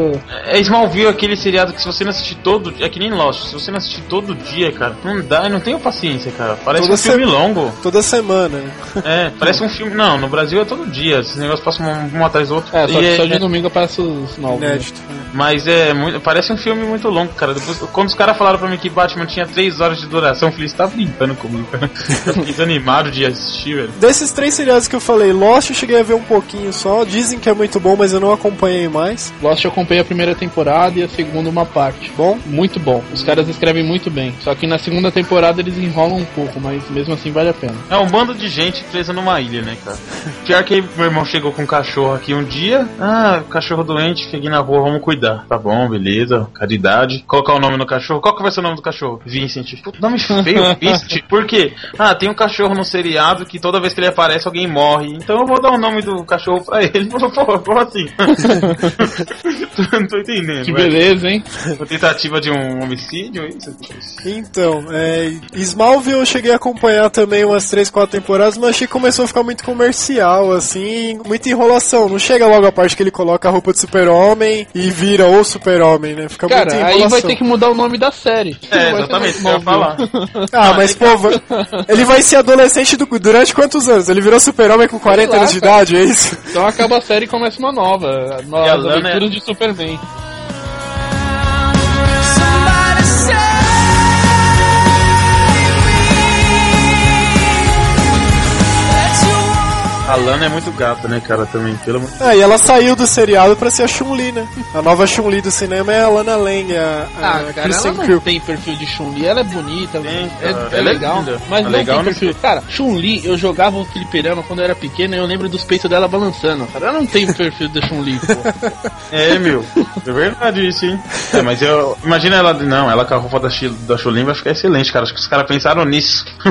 É Smallville aquele seriado que se você não assistir todo dia, é que nem Lost, se você não assistir todo dia, cara, não dá, eu não tenho paciência, cara. Parece Toda um filme se- longo. Toda semana. né? É, parece um filme. Não, no Brasil é todo dia. Esses negócios passam um, um atrás do outro. É, só, E tipo- que só de domingo aparece os novos. né? Inédito. Mas é muito. Parece um filme muito longo, cara. Depois, quando os caras falaram pra mim que Batman tinha 3 horas de duração, eu falei, você tá brincando comigo, cara. Tá desanimado de assistir, velho. Desses três seriados que eu falei, Lost eu cheguei a ver um pouquinho só. Dizem que é muito bom, mas eu não acompanhei mais. Lost eu acompanhei a primeira temporada e a segunda uma parte. Bom? Muito bom. Os caras escrevem muito bem. Só que na segunda temporada eles enrolam um pouco, mas mesmo assim vale a pena. É um bando de gente presa numa ilha, né, cara? Pior que meu irmão chegou com um cachorro aqui um dia. Ah, cachorro doente, cheguei na rua, vamos cuidar. Tá bom, beleza, caridade. Colocar o nome no cachorro. Qual que vai ser o nome do cachorro? Vincent. Puta, nome feio, Vincent. Por quê? Ah, tem um cachorro no seriado que toda vez que ele aparece alguém morre. Então eu vou dar o nome do cachorro pra ele. Pô, como assim? Não tô entendendo. Que velho. beleza, hein? Uma tentativa de um homicídio, é isso? Então, é, Smallville eu cheguei a acompanhar também umas 3, 4 temporadas, mas achei que começou a ficar muito comercial, assim, muita enrolação. Não chega logo a parte que ele coloca a roupa de super-homem e vira o super-homem, né? Fica muito Cara, enrolação. aí vai ter que mudar o nome da série. É, Não vai exatamente, ser isso que eu ia mais falar. Smallville. Ah, mas pô, va- ele vai ser adolescente do- durante quantos anos? Ele virou super-homem com 40 Sei lá, anos de cara. idade, é isso? Então acaba a série e começa uma nova. no- E a As Lana aventuras é- de Superman. Somebody A Lana é muito gata, né, cara, também. Pelo amor de É, e ela saiu do seriado pra ser a Chun-Li, né? A nova Chun-Li do cinema é a Lana Lang, a, a Ah, cara, ela Kristen não Krill. tem perfil de Chun-Li, ela é bonita, é, cara, é ela é legal, linda. mas É não legal, tem né? perfil. Cara, Chun-Li, eu jogava o fliperama quando eu era pequeno e eu lembro dos peitos dela balançando. Cara, ela não tem o perfil da Chun-Li, pô. É, meu. É verdade isso, hein? É, mas eu. Imagina ela. Não, ela com a roupa da, Chi- da Chulin vai ficar excelente, cara. Acho que os caras pensaram nisso.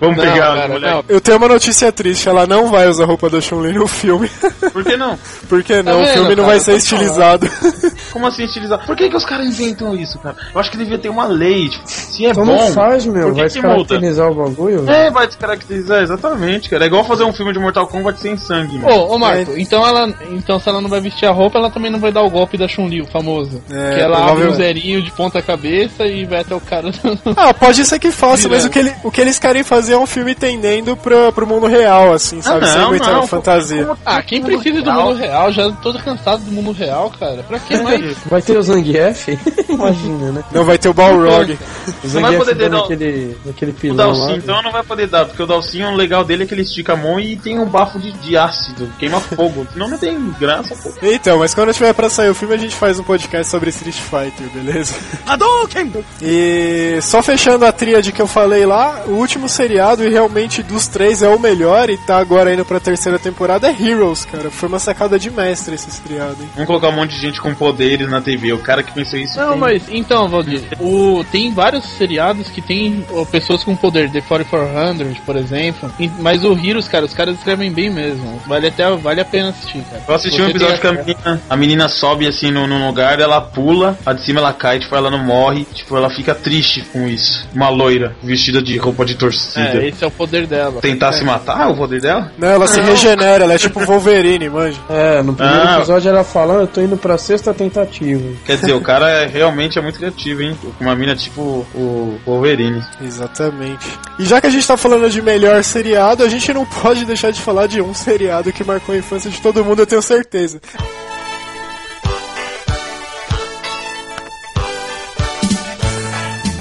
Vamos Não, pegar cara, a mulher. Eu tenho uma notícia triste, ela não vai usar a roupa da Chun-Li no filme. Por que não? Por que Tá não? o vendo, filme não cara? vai Eu ser tô estilizado. Como assim utilizar? Por que, que os caras inventam isso, cara? Eu acho que devia ter uma lei. Tipo, se é Então bom. não faz, meu. Por que Vai que multa? descaracterizar o bagulho, velho. É, vai descaracterizar, exatamente, cara. É igual fazer um filme de Mortal Kombat sem sangue. mano. Ô, ô Marco, então ela. Então se ela não vai vestir a roupa, ela também não vai dar o golpe da Chun-Li, o famoso. É, que ela abre provável- um zerinho de ponta cabeça e vai até o cara. ah, pode ser que faça, mas Virando. o que, ele- o que eles querem fazer é um filme tendendo pro, pro mundo real, Ah, assim, sabe? Sem muita fantasia. Ah, quem precisa do mundo real? Já tô cansado do mundo real, cara. Pra que mais? Vai ter o Zangief? Imagina, né? Não, vai ter o Balrog. O Não vai Zangief poder ter, dando não. aquele, aquele O pilão lá. né? Dalcinho, então não vai poder dar, porque o Dalcinho, o legal dele é que ele estica a mão e tem um bafo de, de ácido, queima fogo. Senão não tem graça, pô. Então, mas quando tiver pra sair o filme, a gente faz um podcast sobre Street Fighter, beleza? Hadouken! E só fechando a tríade que eu falei lá, o último seriado, e realmente dos três é o melhor, e tá agora indo pra terceira temporada, é Heroes, cara. Foi uma sacada de mestre esse seriado, hein? Vamos colocar um monte de gente com poderes na TV. O cara que pensou isso. Não, tem- mas então, Valdir, o, tem vários seriados que tem ó, pessoas com poder, The 4400, por exemplo. E- mas o Heroes, cara, os caras escrevem bem mesmo. Vale até vale a pena assistir, cara. Eu assisti um Você episódio que tem a menina, a menina sobe assim num, num lugar, ela pula, a de cima ela cai, tipo, ela não morre, tipo, ela fica triste com isso. Uma loira, vestida de roupa de torcida. É, esse é o poder dela. Tentar se É. matar, o poder dela? Não, ela se Não. regenera, ela é tipo Wolverine, manja. É, no primeiro Ah. episódio ela falando, eu tô indo pra sexta tentativa. Quer dizer, o cara é- realmente é muito criativo, hein? Com uma mina tipo o Wolverine. Exatamente. E já que a gente tá falando de melhor seriado, a gente não pode deixar de falar de um seriado que marcou a infância de todo mundo, eu tenho certeza.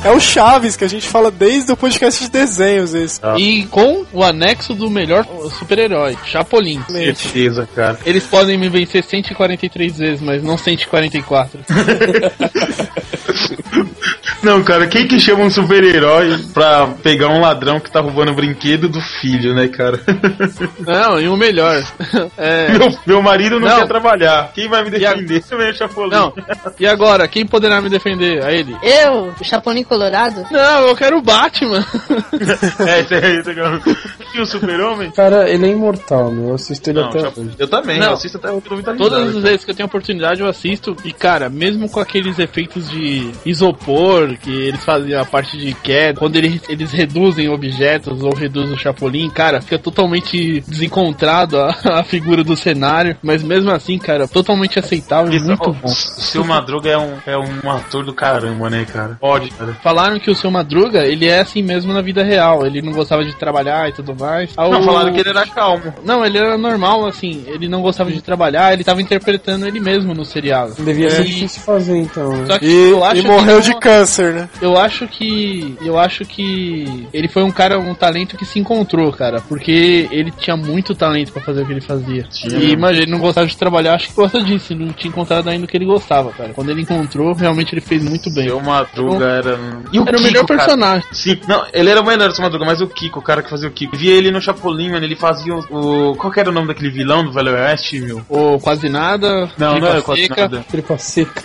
É o Chaves, que a gente fala desde o podcast de desenhos, esse. E com o anexo do melhor super-herói, Chapolin. Certeza, cara. Eles podem me vencer 143 vezes, mas não 144. Não, cara, quem que chama um super-herói pra pegar um ladrão que tá roubando o brinquedo do filho, né, cara? não, e o melhor. É... Meu, meu marido não, quer trabalhar. Quem vai me defender? Meu Chapolin. Não. E agora, quem poderá me defender? A ele. Eu? O Chapolin Colorado? Não, eu quero o Batman. É, isso aí, isso aí, cara. E o super-homem? Cara, ele é imortal, meu. Eu assisto ele Não, até já- hoje. eu também, Não. eu assisto até o filme tá da Todas risada. as vezes que eu tenho oportunidade eu assisto e cara, mesmo com aqueles efeitos de isopor, Monstro, que eles faziam a parte de queda, quando ele, eles reduzem objetos ou reduzem o Chapolin, cara, fica totalmente desencontrado a, a figura do cenário, mas mesmo assim, cara, totalmente aceitável é e muito bom. O seu Madruga é um, é um ator do caramba, né, cara? Pode, cara. Falaram que o seu Madruga, ele é assim mesmo na vida real, ele não gostava de trabalhar e tudo mais. Não, falaram que ele era calmo. Não, ele era normal, assim, ele não gostava de trabalhar, ele tava interpretando ele mesmo no seriado. Devia É, ser e- difícil fazer então. né? Só que E, eu acho e que morreu não- de câncer, né? Eu acho que. Eu acho que. Ele foi um cara, um talento que se encontrou, cara. Porque ele tinha muito talento pra fazer o que ele fazia. E, mesmo. imagina, ele não gostava de trabalhar, acho que gosta disso. Não tinha encontrado ainda o que ele gostava, cara. Quando ele encontrou, realmente ele fez muito bem. Seu Madruga era. E Era o melhor cara? personagem. Sim, não, ele era o melhor do Seu Madruga, mas o Kiko, o cara que fazia o Kiko. Eu Via ele no Chapolin, mano, ele fazia o, o- Qual que era o nome daquele vilão do Velho Oeste, meu? Ou quase nada. Não, não Tripa era quase Seca. nada. Tripa seca.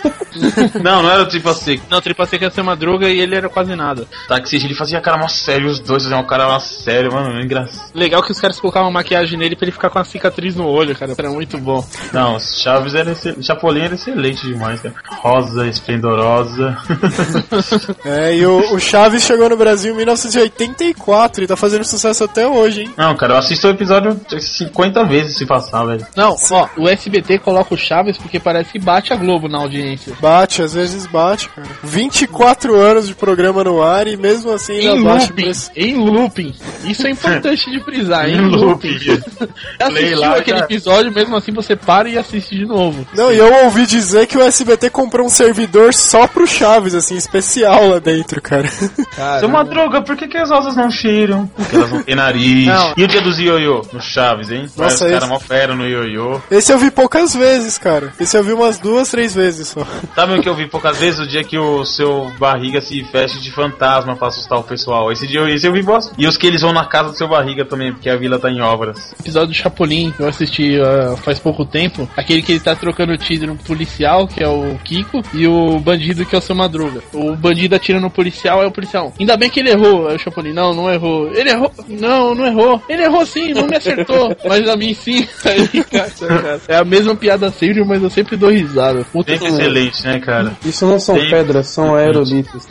Não, não era o Tripa Seca. Não, Tripa Seca ia ser Madruga e ele era quase nada. Taxista, ele fazia cara mó sério, os dois faziam um cara mó sério, mano, é engraçado. Legal que os caras colocavam maquiagem nele pra ele ficar com a cicatriz no olho, cara. Era muito bom. Não, o Chaves era excelente, Chapolin era excelente demais, cara. Rosa, esplendorosa. É, e o, o Chaves chegou no Brasil em 1984 e tá fazendo sucesso até hoje, hein? Não, cara, eu assisto o episódio 50 vezes se passar, velho. Não, ó, o SBT coloca o Chaves porque parece que bate a Globo na audiência. Bate, às vezes bate, cara. 24 anos de programa no ar e mesmo assim Em ainda bate looping, pra esse... em looping. Isso é importante de Tá frisar, em Em looping. looping. Play Assistiu lá, aquele cara. episódio, mesmo assim você para e assiste de novo. Não, e eu ouvi dizer que o SBT comprou um servidor só pro Chaves, assim, especial lá dentro, cara. Seu um Madruga, é por que, que as rosas não cheiram? Porque elas não têm nariz. Não. E o dia dos ioiô? No Chaves, hein? Vai os Nossa, caras esse- mó fera no ioiô. Esse eu vi poucas vezes, cara. Esse eu vi umas duas, três vezes só. Sabe o que eu vi poucas vezes? O dia que o seu barriga se veste de fantasma pra assustar o pessoal. Esse dia esse eu vi bosta. E os que eles vão na casa do seu barriga também, porque a vila tá em obras. O episódio do Chapolin que eu assisti ah, faz pouco tempo. Aquele que ele tá trocando tiro no policial, que é o Kiko, e o bandido que é o seu Madruga. O bandido atira no policial, é o policial. Ainda bem que ele errou. Aí o Chapolin, não, não errou. Ele errou, não, não errou. Ele errou sim, não me acertou. mas a mim sim. tá Aí, cara, é a mesma piada sempre, mas eu sempre dou risada. Puta Sempre que- excelente, né, cara? Isso não são Tem- pedras, são aerolitos.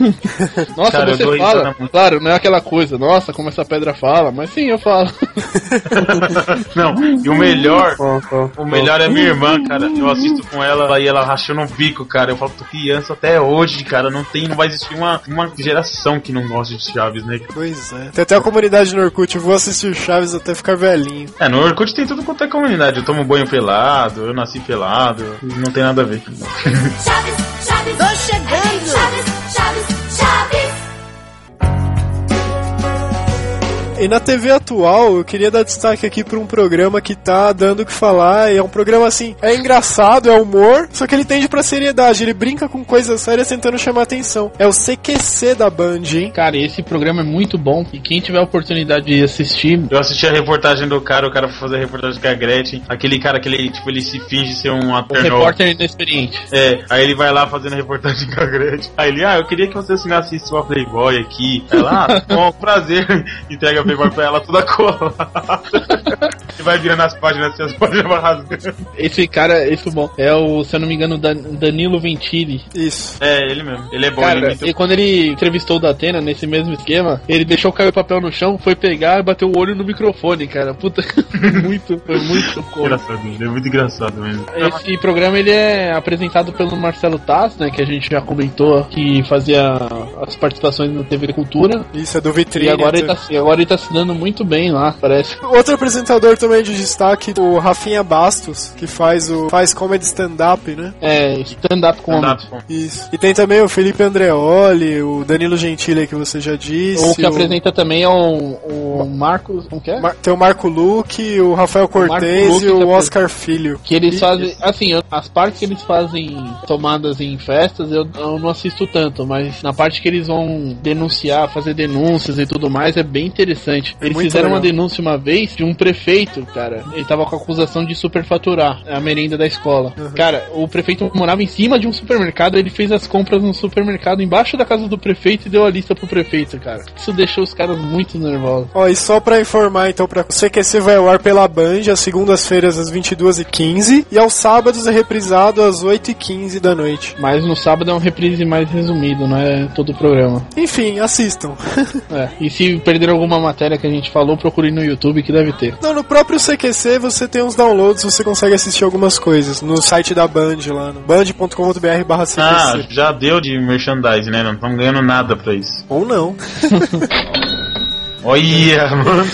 Nossa, Cara, eu dou você risada fala. muito. Claro, não é aquela coisa, nossa, como essa pedra fala, mas sim, eu falo. Não, e o melhor. Ó, ó, ó. O melhor é minha irmã, cara. Eu assisto com ela aí ela rachando o bico, cara. Eu falo, tô criança até hoje, cara. Não tem, não vai existir uma, uma geração que não gosta de Chaves, né? Pois é. Tem até a comunidade no Orkut, eu vou assistir o Chaves até ficar velhinho. É, no Orkut tem tudo quanto é comunidade. Eu tomo banho pelado, eu nasci pelado. Não tem nada a ver. Chaves, Chaves, tô chegando. Chaves, Chaves, Chaves. E na TV atual, eu queria dar destaque aqui pra um programa que tá dando o que falar. E é um programa assim, é engraçado, é humor, só que ele tende pra seriedade. Ele brinca com coisas sérias tentando chamar atenção. É o CQC da Band, hein? Cara, esse programa é muito bom e quem tiver a oportunidade de assistir, um Eu assisti a reportagem do cara, o cara foi fazer a reportagem com a Gretchen. Aquele cara que ele, tipo, ele se finge ser um o ator novo. repórter inexperiente. É, aí ele vai lá fazendo a reportagem com a Gretchen. Aí ele, ah, eu queria que você assinasse sua Playboy aqui. Ela, ah, bom, prazer. Entrega a Playboy pra ela toda colada. e vai virando as páginas assim, as páginas vão rasgando. Esse cara, esse bom, é o, se eu não me engano, Dan- Danilo Ventili. Isso. É, ele mesmo. Ele é bom, ele é Cara, muito e quando ele entrevistou o Datena nesse mesmo esquema, ele deixou cair o papel no chão, foi pegar e bateu o olho no microfone, cara. Puta, muito, foi muito cômico. engraçado. Ele é muito engraçado mesmo. Esse programa ele é apresentado pelo Marcelo Taz, né, que a gente já comentou que fazia as participações no TV Cultura. Isso, é do Vitrine. E agora ele, tá- tá, e agora ele tá se dando muito bem lá, parece. Outro apresentador também de destaque, o Rafinha Bastos, que faz o faz comedy stand-up, né? É, stand-up comedy. Stand-up. Isso. E tem também o Felipe Andreoli, o Danilo Gentili que você já disse. O que apresenta também é o, o Marcos. Como que é? Mar- tem o Marco Luque, o Rafael Cortez Luque e o tá Oscar Filho. Que eles fazem. Assim, eu- as partes que eles fazem tomadas em festas, eu, eu não assisto tanto, mas na parte que eles vão denunciar, fazer denúncias e tudo mais, é bem interessante. Eles muito fizeram uma legal. denúncia uma vez de um prefeito prefeito, cara. Ele tava com a acusação de superfaturar a merenda da escola. Uhum. Cara, o prefeito morava em cima de um supermercado, ele fez as compras no supermercado embaixo da casa do prefeito e deu a lista pro prefeito, cara. Isso deixou os caras muito nervosos. Ó, e só pra informar então, pra CQC vai ao ar pela Band, às segundas-feiras às 22h15 e aos sábados é reprisado às 8h15 da noite. Mas no sábado é um reprise mais resumido, não é todo o programa. Enfim, assistam. É, e se perder alguma matéria que a gente falou, procure no YouTube que deve ter. Não, no próprio CQC você tem uns downloads, você consegue assistir algumas coisas no site da Band lá, no band.com.br barra CQC. Ah, já deu de merchandise, né? Não estamos ganhando nada pra isso. Ou não. Olha, mano.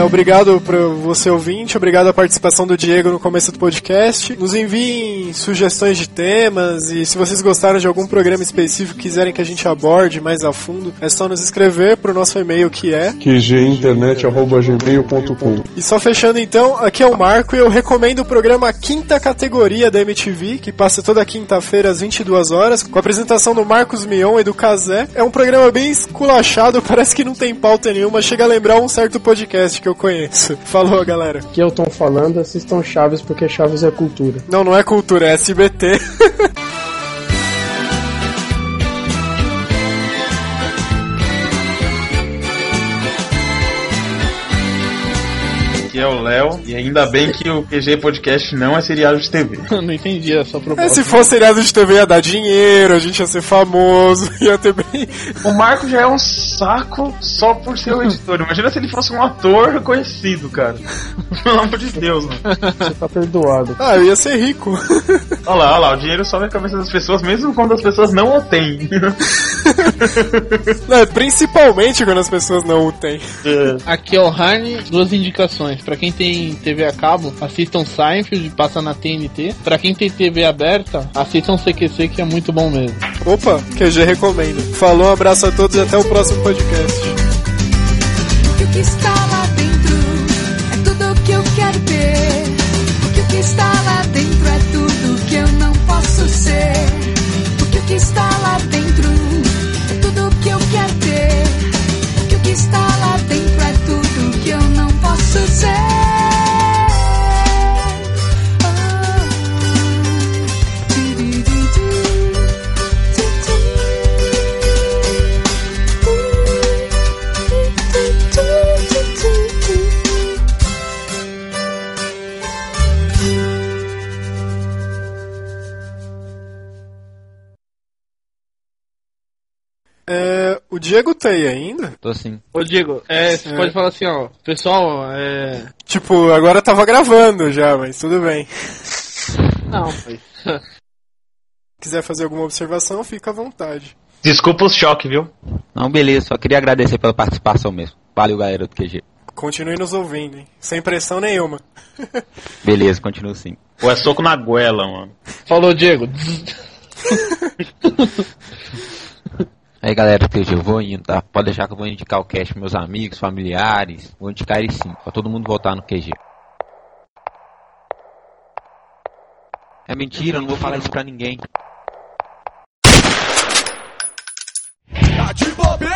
É, Obrigado para você ouvinte, obrigado à participação do Diego no começo do podcast. Nos enviem sugestões de temas e se vocês gostaram de algum programa específico e quiserem que a gente aborde mais a fundo, é só nos escrever pro nosso e-mail que é. QGinternet.gmail.com E só fechando então, aqui é o Marco e eu recomendo o programa Quinta Categoria da MTV, que passa toda quinta-feira às 22 horas, com a apresentação do Marcos Mion e do Kazé. É um programa bem esculachado, parece que não tem pauta nenhuma, chega a lembrar um certo podcast que eu conheço. Falou, galera. Que eu tô falando, assistam Chaves porque Chaves é cultura. Não, não é cultura, é SBT. Aqui é o Léo. E ainda bem que o QG Podcast não é seriado de TV. não entendi a sua É, proposta. se fosse seriado de TV ia dar dinheiro, a gente ia ser famoso, ia ter bem. O Marco já é um saco só por ser o editor. Imagina se ele fosse um ator conhecido, cara. Pelo amor de Deus, mano. Você tá perdoado. Ah, eu ia ser rico. Olha lá, olha lá, o dinheiro sobe a cabeça das pessoas, mesmo quando as pessoas não o têm. Não, é principalmente quando as pessoas não o têm. Aqui é o Harney, duas indicações. Pra quem tem TV a cabo, assistam Seinfeld, passa na TNT. Pra quem tem TV aberta, assistam CQC, que é muito bom mesmo. Opa, QG recomendo. Falou, um abraço a todos e até o próximo podcast. que o que está lá dentro é tudo o que eu quero ter. Que o que está lá dentro é tudo que eu não posso ser. Porque o que está lá dentro é tudo o que eu quero ter. Que o que está lá dentro é tudo que eu não posso ser. Ah, tiri, tiri, É, o Diego tá aí ainda? Tô sim. Ô Diego, é, você É. pode falar assim, ó, pessoal, é. Tipo, agora tava gravando já, mas tudo bem. Não, Quiser fazer alguma observação, fica à vontade. Desculpa o choque, viu? Não, beleza, só queria agradecer pela participação mesmo. Valeu, galera do QG. Continue nos ouvindo, hein? Sem pressão nenhuma. Beleza, continuo sim. Ou é soco na goela, mano. Falou, Diego. Aí galera, do QG, eu vou indo, tá? Pode deixar que eu vou indicar o cast pros meus amigos, familiares. Vou indicar ele sim, pra todo mundo voltar no QG. É mentira, eu não vou falar isso pra ninguém. Tá de bobeira.